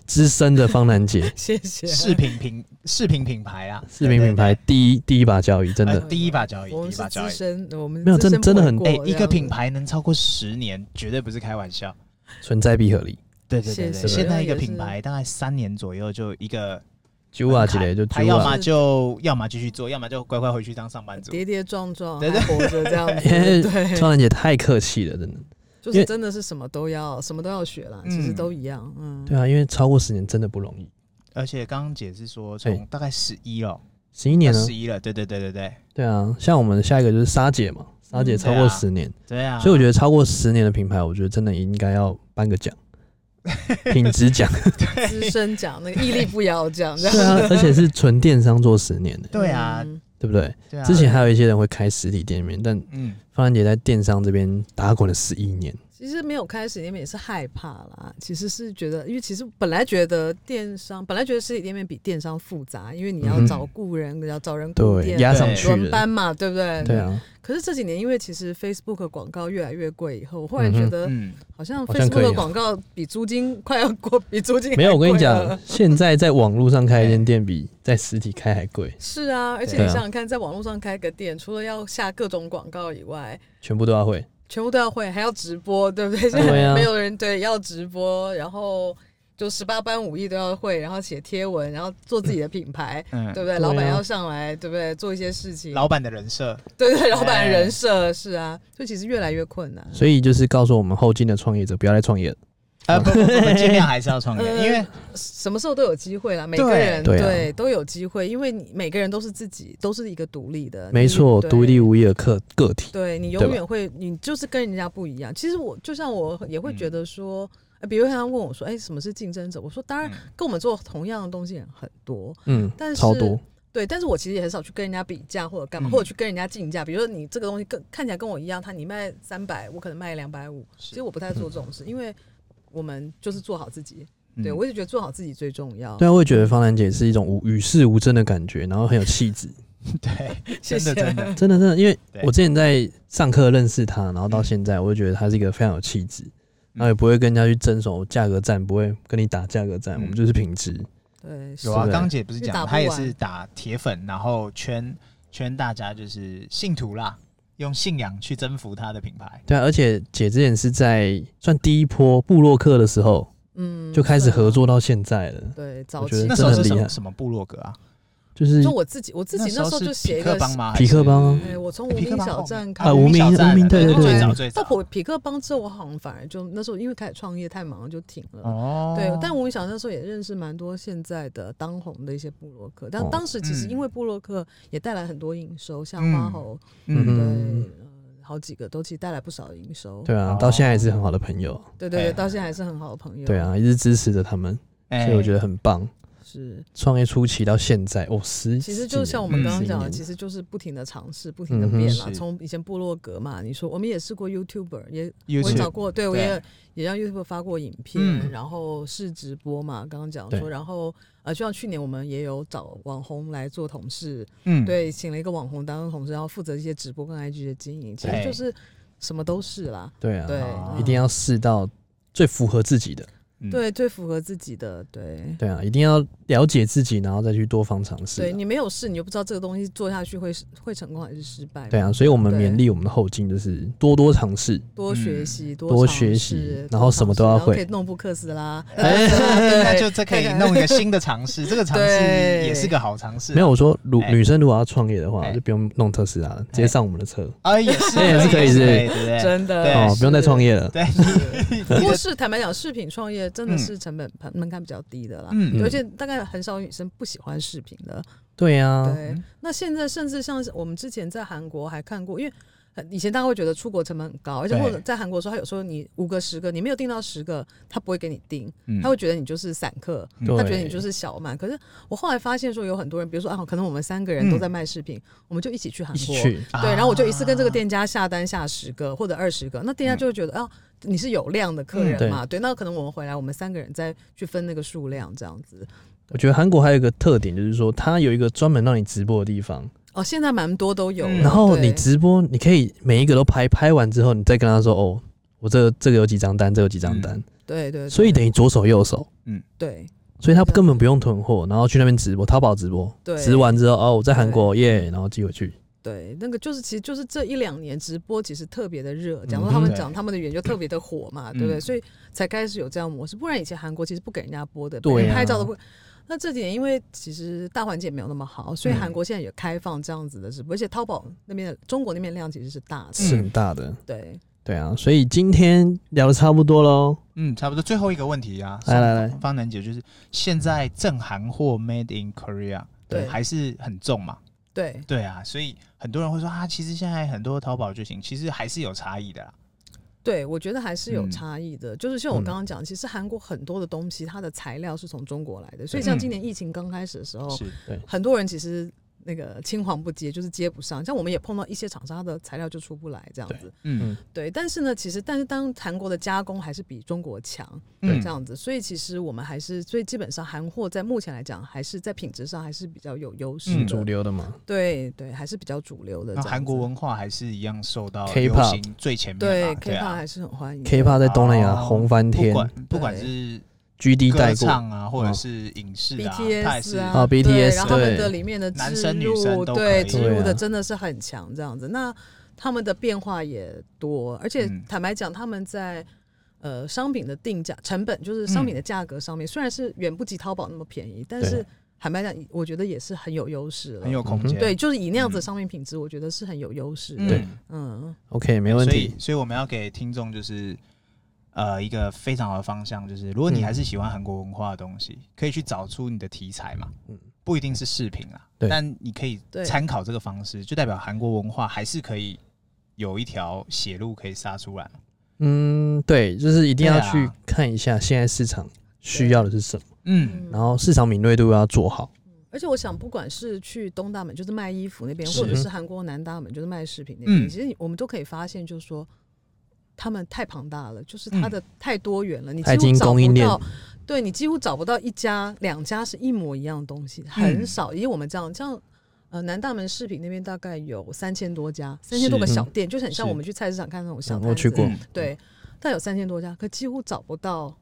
S1: 资深的方南姐
S3: 谢谢
S2: 饰品品饰品品牌啊，
S1: [laughs] 视频品牌
S2: 对
S1: 第一第一把交椅，真
S2: 对对
S1: 的
S2: 呃第一把交椅，
S3: 我
S2: 第
S3: 们
S2: 一
S3: 是
S2: 把交
S3: 资
S2: 椅。
S3: 深，我们
S1: 没有
S3: 资深
S1: 真的
S3: 不为
S1: 很
S3: 过
S2: 哎、
S3: 这
S2: 一
S3: 样
S2: 个
S3: 子
S2: 品牌能超过十年，绝对不是开玩笑。
S1: 存在必合理。
S2: 对对对
S3: 谢
S2: 对，
S1: 谢
S2: 现在一个
S3: 因为也
S2: 品牌大概三年左右就一个
S1: 九啊之
S2: 门
S1: 类
S2: 槛
S1: 就
S2: 他
S1: 九
S2: 要
S1: 啊，
S2: 么就要么继续做，要么就乖乖回去当上班族。
S3: 跌跌撞撞，
S2: 对
S3: 还
S2: 对
S3: 活着这样
S1: [laughs]
S3: 子，
S1: 因为方
S3: 对，
S1: 南姐太客气了，真的。
S3: 就
S1: 哎因
S3: 是
S1: 为
S3: 真的是什么都要，什么都要学啦，其实
S2: 嗯
S3: 都一样，嗯，
S1: 对啊，因为超过十年真的不容易，
S2: 而且刚刚姐是说从大概十一了，
S1: 十一年呢
S2: 十？一了，对对对对对
S1: 对啊，像我们下一个就是沙姐嘛，沙姐
S3: 嗯
S1: 超
S2: 对
S1: 过
S2: 啊
S1: 十年，
S2: 对啊！
S1: 所以我觉得超过十年的品牌，我觉得真的应该要颁
S2: [laughs]
S1: 个奖，品质奖。
S3: [laughs] 资深讲那个屹立不摇讲，这
S1: 对
S3: 样
S1: 啊，而且是纯电商做十年的，
S2: [laughs] 对啊，
S3: 嗯
S1: 对不对？
S2: 对啊，
S1: 之前还有一些人会开实体店面，但
S2: 嗯，
S1: 方兰姐在电商这边打滚了十一年，
S3: 其实没有开始，你们也是害怕啦。其实是觉得，因为其实本来觉得电商，本来觉得实体店面比电商复杂，因为你要
S1: 嗯
S3: 找雇人，要找人雇
S1: 对，
S3: 店，
S1: 压
S2: 对
S1: 上去
S3: 轮
S1: 了，
S3: 班嘛，对不对？
S1: 对。啊，
S3: 可是这几年，因为其实 Facebook 的广告越来越贵，以后我忽然觉得，
S2: 嗯，
S3: 好像
S1: 好像可
S3: Facebook
S1: 以啊
S3: 的广告比租金快要过， [laughs] 比租金还
S1: 没有，我跟你
S3: 贵啊
S1: 讲
S3: 了，哎
S1: 现在在网络上开一间店比在实体开还贵，
S3: 是啊，而且
S1: 对
S3: 你
S1: 啊
S3: 想想看，在网络上开个店，除了要下各种广告以外，
S1: 全部都要会，
S3: 全部都要会，还要直播，对不对？现
S1: 对啊
S3: 在 [laughs] 没有人对要直播，然后就十八般武艺都要会，然后写贴文，然后做自己的品牌，
S2: 嗯
S3: [laughs] 对不
S1: 对
S3: 对？
S1: 啊
S3: 老板要上来，对不对？做一些事情，
S2: 老板的人设，
S3: 对对，老
S1: 哎
S3: 板人设是啊，所以其实越来越困难。
S1: 所以就是告诉我们后进的创业者不要再创业了，
S2: 呃，不不不，不尽量还是要创业，
S3: 呃
S2: 因为
S3: 什么时候都有机会啦，每个人
S1: 对
S3: 对
S1: 啊
S3: 都有机会，因为你每个人都是自己，都是一个独立的，
S1: 没错，
S3: 你
S1: 独立。无业的个个体，
S3: 呃对你
S1: 对
S3: 永
S1: 吧
S3: 远会，你就是跟人家不一样。其实我就像我也会觉得说，
S1: 嗯
S3: 呃比如他问我说，哎，什么是竞争者？我说，当然
S2: 嗯
S3: 跟我们做同样的东西的人很多，
S1: 嗯
S3: 但，是
S1: 超
S3: 哦
S1: 多，
S3: 对，但是我其实也很少去跟人家比价或者干嘛，
S2: 嗯
S3: 或者去跟人家竞价。比如说你这个东西跟看起来跟我一样，他你卖三百，我可能卖两百五。
S2: 是
S3: 其实我不太做这种
S1: 嗯
S3: 事，因为我们就是做好自己。
S2: 嗯
S3: 对我一直觉得做好自己最重要。
S1: 对啊，我也觉得方兰姐是一种无与世无争的感觉，然后很有气质，
S2: 对，真
S3: 谢谢
S2: 的真的，
S1: 真的真的，因为
S2: 对
S1: 我之前在上课认识她，然后
S3: 嗯
S1: 到现在，我就觉得她是一个非常有气质，然后也不会跟人家去争什么价格战，不会跟你打价格战，
S2: 嗯
S1: 我们就是品质。
S3: 对，是
S2: 有啊，
S1: 对
S2: 刚姐不是
S3: 因为打
S2: 讲
S3: 不
S2: 她也
S3: 完
S2: 是打铁粉，然后圈圈大家就是信徒啦，用信仰去征服她的品牌，
S1: 对啊，而且姐之前是在算第一波布洛克的时候
S3: 嗯，
S1: 就开始
S3: 是啊
S1: 合。作到现在了，
S3: 对，早
S1: 我觉
S3: 期
S1: 得
S2: 那
S1: 真
S2: 时
S1: 的
S2: 候
S1: 很厉
S2: 是什
S1: 害
S2: 么什么部落格啊？
S1: 就是
S3: 就我自己，我自己那
S2: 时
S3: 时候就
S2: 是
S3: 写
S2: 匹
S3: 一
S2: 克
S3: 个，
S2: 帮吗？还
S1: 匹克
S2: 是
S1: 帮啊
S3: 哎，我从
S2: 哎
S3: 无
S2: 匹克
S3: 名
S2: 帮
S3: 小
S2: 后
S3: 站
S2: 面
S3: 开
S1: 啊
S3: 始
S2: 啊，
S1: 无名
S2: 小站
S1: 无名
S2: 啊
S1: 对
S2: 对
S3: 对
S2: 最
S3: 对
S2: 早最
S3: 到
S2: 早
S3: 匹匹克帮之后，我好像反而就那时候因为开始创业太忙，就停了。
S2: 哦
S3: 对，但我想那时候也认识蛮多现在的当红的一些部落客，
S1: 哦
S3: 但当时其实因
S2: 嗯
S3: 为部落客也带来很多营收，像
S2: 嗯
S3: 花猴，
S1: 嗯
S3: 对，
S1: 嗯
S3: 呃，好几个都其实带来不少营收。
S1: 对啊
S2: 哦，
S1: 到现在也是很好的朋友，
S3: 对对对
S2: 哎
S3: 到现在还是很好的朋友。
S1: 对，啊，一直支持着他们，
S3: 哎
S1: 所以我觉
S2: 得
S1: 得很棒。
S3: 是，
S1: 创业初期到现在，哦，十
S3: 其实就像我们
S2: 嗯
S3: 刚刚讲的，
S1: 十几
S3: 其实就是不停的尝试，不停的
S1: 嗯哼
S3: 变啦。
S2: 是
S3: 从以前部落格嘛，你说我们也试过 YouTuber，也我也
S2: YouTube
S3: 找过，对我
S2: 对
S3: 也也让 YouTube 发过影片，
S2: 嗯
S3: 然后是直播嘛，刚刚讲
S1: 对
S3: 说，然后呃，就像去年我们也有找网红来做同事，
S2: 嗯，
S3: 对，请了一个网红当同事，然后负责一些直播跟 IG 的经营，其实
S2: 对
S3: 就是什么都是啦，
S1: 对啊，
S3: 对嗯
S2: 啊，
S1: 一定要试到最符合自己的。
S2: 嗯
S3: 对最符合自己的，对。
S1: 对啊，一定要了解自己，然后再去多方尝试啊。
S3: 对你没有试，你就不知道这个东西做下去会会成功还是失败嘛。
S1: 对啊，所以我们
S3: 对
S1: 勉励我们的后进就是多多尝试。
S3: 多学习，
S1: 嗯多
S3: 多
S1: 学
S3: 尝
S1: 习
S3: 试
S1: 然后什么都要
S3: 多尝试然后
S1: 会
S3: 可以弄部克
S1: [laughs]
S3: 斯啦。
S2: [laughs] 哎，那
S3: [laughs] 对
S2: 就这可以弄一个新的尝试，这个尝试
S3: 对
S2: 也是个好尝试啊。
S1: 没有我说，如
S2: 哎
S1: 女生如果要创业的话，
S2: 哎
S1: 就不用弄特斯拉了，直接上我们的车
S2: 啊，也是
S1: 哎也是可以是
S2: 对对对
S3: 真的
S2: 对
S1: 哦，不用再创。业了。
S2: 对，
S3: 是 [laughs] 不过
S2: 的
S3: 是坦白讲，饰品创业真的
S2: 嗯
S3: 是成本门槛比较低的啦。
S1: 嗯
S2: 嗯，
S3: 而且大概很少女生不喜欢饰品的，
S1: 对啊，
S3: 对。那现在甚至像是我们之前在韩国还看过，因为呃以前大家会觉得出国成本很高，而且
S2: 对
S3: 或者在韩国的时候，他有时候你五个十个，你没有订到十个，他不会给你订，
S2: 嗯
S3: 他会觉得你就是散客，
S2: 嗯
S1: 对
S3: 他觉得你就是小卖。可是我后来发现说，有很多人，比如说啊，可能我们三个人都在卖饰品，我们就一起去韩
S1: 嗯一起
S3: 国，
S1: 去，
S2: 啊
S3: 对，然后我就一次跟这个店家下单下十个或者二十个，那店家就会觉得、
S1: 嗯
S3: 啊，你是有量的客人嘛，对，那可能我们回来我们三个人再去分那个数量这样子，
S1: 我觉得韩国还有一个特点，就是说它有一个专门让你直播的地方，
S3: 哦，现在蛮多都有了。
S2: 嗯
S1: 然后
S3: 对
S1: 你直播，你可以每一个都拍，拍完之后你再跟他说，哦，我这个这个有几张单，这个有几
S2: 嗯
S1: 张单，
S3: 对对，
S1: 所以等于左手右手，
S3: 对
S1: 所以他根本不用囤货，然后去那边直播，淘宝直播，
S3: 对
S1: 直完之后，哦，我在韩国耶，然后寄回去，
S3: 对，那个就是其实就是这一两年直播其实特别的热，讲
S1: 嗯
S3: 说
S1: 哼
S3: 他们
S2: 对
S3: 讲他们的语言就特别的火嘛，
S2: 嗯
S3: 对不对？所以才开始有这样模式，不然以前韩国其实不给人家播的，
S1: 对
S3: 别人
S1: 啊
S3: 拍照都不。那这几年因为其实大环境也没有那么好，所以
S2: 嗯
S3: 韩国现在也开放这样子的直播，而且淘宝那边的中国那边量其实是大的，
S2: 嗯
S1: 是很大的。
S3: 对，
S1: 对啊，所以今天聊的差不多喽。
S2: 嗯，差不多。最后一个问题啊，
S1: 来来来
S2: 方方楠姐就是现在正韩货 Made in Korea
S3: 对
S2: 还是很重嘛？
S3: 对，
S2: 对啊，所以很多人会说啊，其实现在很多淘宝剧情其实还是有差异的啊啦。
S3: 对，我觉得还是有
S2: 嗯
S3: 差异的。就是像我
S1: 嗯
S3: 刚刚讲，其实韩国很多的东西，它的材料是从中国来的，所以像
S2: 嗯
S3: 今年疫情刚开始的时候，
S2: 是，
S3: 很多人其实那个青黄不接，就是接不上。像我们也碰到一些厂商，它的材料就出不来这样子。
S2: 嗯
S3: 对，但是呢，其实但是当韩国的加工还是比中国强，
S2: 嗯，
S3: 这样子，所以其实我们还是，所以基本上韩货在目前来讲，还是在品质上还是比较有优势的。
S2: 嗯
S1: 主流的嘛，
S3: 对对，还是比较主流的
S2: 那
S3: 这样子。
S2: 韩国文化还是一样受到
S1: K-pop
S2: 流行最前面
S3: 对
S2: 嘛，对
S3: K-pop
S2: 啊。
S3: 还是很欢迎的。
S1: ，K-pop 在东南亚
S2: 哦
S1: 红翻
S2: 不
S1: 天
S2: 管不管是
S1: ，GD
S2: 歌
S1: 带过，
S2: 唱啊，或者是影视啊，它也
S3: BTS
S2: 是
S3: 啊，
S1: 哦
S3: 对
S1: BTS
S3: 然后他们
S1: 对
S3: 的里面的
S2: 男
S3: 植
S2: 生女
S3: 入
S2: 生都
S3: 对
S2: 可以
S3: 植入
S1: 对啊
S3: 的真的是很强，这样子。那他们的变化也多，而且
S2: 嗯
S3: 坦白讲，他们在呃商品的定价成本，就是商品的价格
S2: 嗯
S3: 上面，虽然是远不及淘宝那么便宜，但是坦白讲，我觉得也是很有优势了。
S2: 很有空间。
S3: 对，就是以那样子的
S2: 嗯
S3: 商品品质，我觉得是很有优势的。
S2: 嗯
S1: 对
S3: 嗯，
S1: ，OK，没问
S2: 所
S1: 题
S2: 以，。所以我们要给听众就是，呃，一个非常好的方向，就是如果你还是喜欢韩国文化的东西，可以去找出你的题材嘛，
S1: 嗯
S2: 不一定是视频啊，
S1: 对
S2: 但你可以
S3: 对
S2: 参考这个方式，就代表韩国文化还是可以有一条血路可以杀出来嘛。
S1: 嗯，对，就是一定要
S2: 对啊
S1: 去看一下现在市场需要的是什么，
S2: 嗯，
S1: 然后市场敏锐度要做好。
S3: 而且我想，不管是去东大门，就是卖衣服那边，
S2: 是
S3: 或者是韩国南大门，就是卖饰品那边，
S2: 嗯
S3: 其实我们都可以发现，就是说他们太庞大了，就是它的太多元了，你
S1: 它已
S3: 几
S1: 经
S3: 乎找
S1: 供应
S3: 不
S1: 链
S3: 到，对你几乎找不到一家两家是一模一样的东西，很少。以我们这样，像呃南大门饰品那边大概有三千多家，三千多个小店，就是很像
S2: 是
S3: 我们去菜市场看那种
S1: 嗯
S3: 小摊子，
S1: 我去过，
S2: 嗯
S3: 对，但有三千多家，可几乎找不到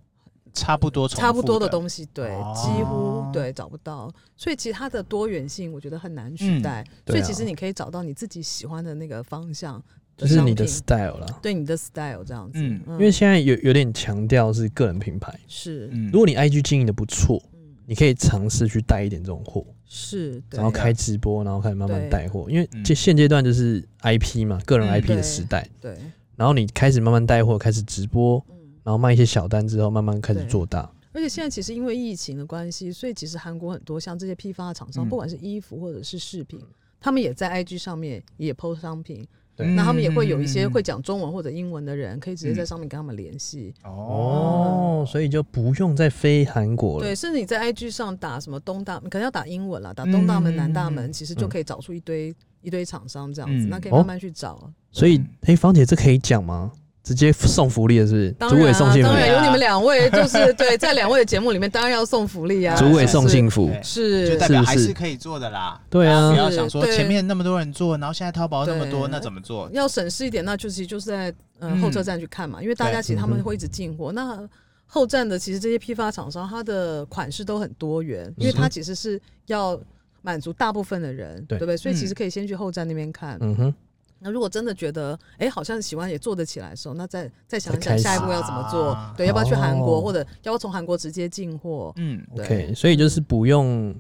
S2: 差不多重复
S3: 差不多的东西，对，
S2: 哦
S3: 几乎对找不到，所以其他的多元性我觉得很难取代，所
S1: 对啊
S3: 以其实你可以找到你自己喜欢的那个方向
S1: 就
S3: 的
S1: 是
S3: 商
S1: 你
S3: 品，嗯
S1: 的 style 啦。
S3: 对你的 style 这样子，
S2: 嗯
S1: 因
S3: 嗯
S1: 为现在有有点强调是个人品牌，
S3: 是
S2: 嗯
S1: 如果你 IG 经营的不错，
S3: 嗯
S1: 你可以尝试去带一点这种货，
S3: 是，对
S1: 然
S3: 啊
S1: 后开直播，然后开始慢慢
S3: 对
S1: 带货。因为
S2: 嗯
S1: 这现阶段就是 IP 嘛，个人
S2: 嗯
S1: IP
S3: 对
S1: 的时代，
S3: 对，
S1: 然后你开始慢慢带货，开始直播，
S3: 嗯，
S1: 然后卖一些小单之后，慢慢开始
S3: 对
S1: 做
S2: 哦
S1: 大。
S3: 而且现在其实因为疫情的关系，所以其实韩国很多像这些批发的厂商，
S2: 嗯
S3: 不管是衣服或者是饰品。他们也在 IG 上面也 PO 商品，
S1: 对
S3: 那他们也会有一些会讲中文或者英文的人，可以直接在上面跟他们联系。
S2: 哦
S1: 哦，所以就不用再飞韩国了
S3: 对，。甚至你在 IG 上打什么东大，可能要打英文啦，打东大门、
S2: 嗯
S3: 南大门，其实就
S1: 嗯
S3: 可以找出一堆、一堆厂商这样子，
S2: 嗯
S3: 那可以
S1: 哦
S3: 慢慢去找。啊
S1: 所以，哎、芳姐，这可以讲吗？直接送福利的是不是？
S3: 当
S1: 主
S3: 然、
S1: 委
S3: 啊
S1: 送，幸福
S3: 当，然有
S2: 啊
S3: 你们两位，就是
S1: [laughs]
S3: 对，在两位的节目里面，当然要送福利啊，
S1: 主委
S3: 是
S1: 送幸福
S2: 对，就是代表
S1: 是
S2: 还
S1: 不是
S2: 是可以做的啦。
S1: 对啊
S2: 不要想说
S3: 对
S2: 前面那么多人做，然后现在淘宝那么多，
S3: 对
S2: 那怎么做？
S3: 要省事一点，那就其实就是在呃
S2: 嗯
S3: 后车站去看嘛，因为大家
S2: 对
S3: 其实他
S1: 嗯
S3: 们
S1: 哼
S3: 会一直进货。那后站的其实这些批发厂商，它的款式都很多元，因为
S1: 嗯
S3: 它其实是要满足大部分的人，
S1: 对
S3: 对不对？所以其
S2: 嗯
S3: 实可以先去后站那边看。
S1: 嗯哼，
S3: 那如果真的觉得，哎，好像喜欢也做得起来的时候，那再再想一
S1: 再开
S3: 想
S1: 始
S3: 下一步要怎么做
S2: 啊，
S3: 对，要不要去韩国，
S1: 哦
S3: 或者要不要从韩国直接进货？
S2: 嗯，
S3: 对
S1: ，OK，所以就是不用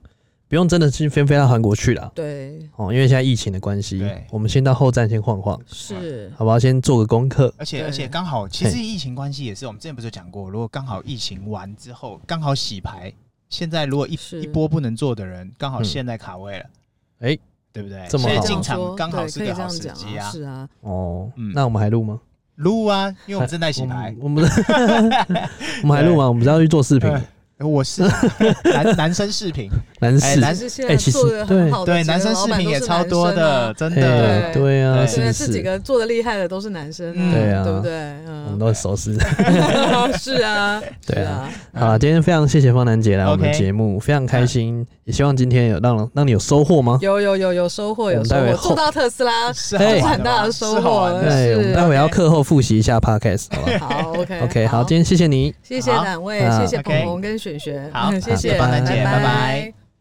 S1: 不用真的去飞飞到韩国去了
S3: 对，
S1: 哦，因为现在疫情的关系
S2: 对，
S1: 我们先到后站先晃晃，
S3: 是，
S1: 好不好？先做个功课，
S2: 而且
S3: 对
S2: 而且刚好，其实
S1: 嘿
S2: 疫情关系也是，我们之前不是有讲过，如果刚好疫情完之后，刚好洗牌，现在如果一
S3: 是
S2: 一波不能做的人，刚好
S1: 嗯
S2: 现在卡位了，
S1: 哎
S2: 对不对？
S1: 这么
S2: 所以
S1: 好
S2: 进
S3: 这样
S2: 场
S3: 说
S2: 刚好
S3: 对
S2: 是
S3: 可以
S2: 个
S3: 这
S2: 好
S3: 样
S2: 时
S3: 讲
S2: 机
S3: 啊，
S2: 啊。
S3: 是啊，
S1: 哦，
S2: 嗯
S1: 那我们还录吗？
S2: 撸啊，因为我们正在洗
S1: 我
S2: 牌
S1: [laughs] 们，我们 [laughs] 我们还录吗？我们不是要去做视频？
S2: 呃我是 [laughs] 男男生视频，
S1: 男
S2: 哎
S1: 士，
S2: 男
S3: 但
S2: 士
S3: 是现
S1: 哎
S3: 在
S1: 其实
S3: 做的很好的
S2: 对，
S3: 几个
S2: 男生
S3: 老
S2: 视
S3: 板
S2: 频
S3: 都
S2: 也
S3: 是
S2: 超
S3: 男
S2: 多
S3: 生啊
S2: 的，真的。
S1: 嘿对啊，
S2: 对
S1: 是
S3: 对
S1: 不
S3: 啊，
S1: 是？
S3: 这几个做的厉害的都是男生啊，
S2: 嗯
S1: 对啊
S3: 对不对？
S1: 我们
S3: 嗯，
S1: 都很熟识。
S3: [laughs] 是啊，
S1: 对
S3: 是
S1: 啊
S3: 啊，
S1: [laughs] 好啦，今天非常谢谢方楠姐来我们的
S2: OK
S1: 节目，非常开心，也希望今天有让让你有收获吗？
S3: 有有有有收获，
S1: 我
S3: 有
S1: 们
S3: 收
S1: 待会
S3: 获，
S1: 后
S3: 做到特
S1: [laughs]
S3: 斯拉，
S2: 是
S1: 哎
S2: 好玩
S3: 很大
S2: 吧
S3: 的
S2: 是
S3: 收
S2: 好玩
S3: 获
S2: 的
S1: 对，我们
S3: 是
S1: 待会要课后复习一下 podcast，好吧
S3: [laughs] 好，OK
S1: ？OK，好，今天谢谢你。
S3: 谢谢
S2: 好
S3: 两位，
S1: 那
S3: 谢谢
S2: OK
S3: 鹏鹏跟璇璇，
S2: 好
S3: [laughs] 谢谢，
S1: 好拜拜
S2: 丹姐拜拜
S3: 拜。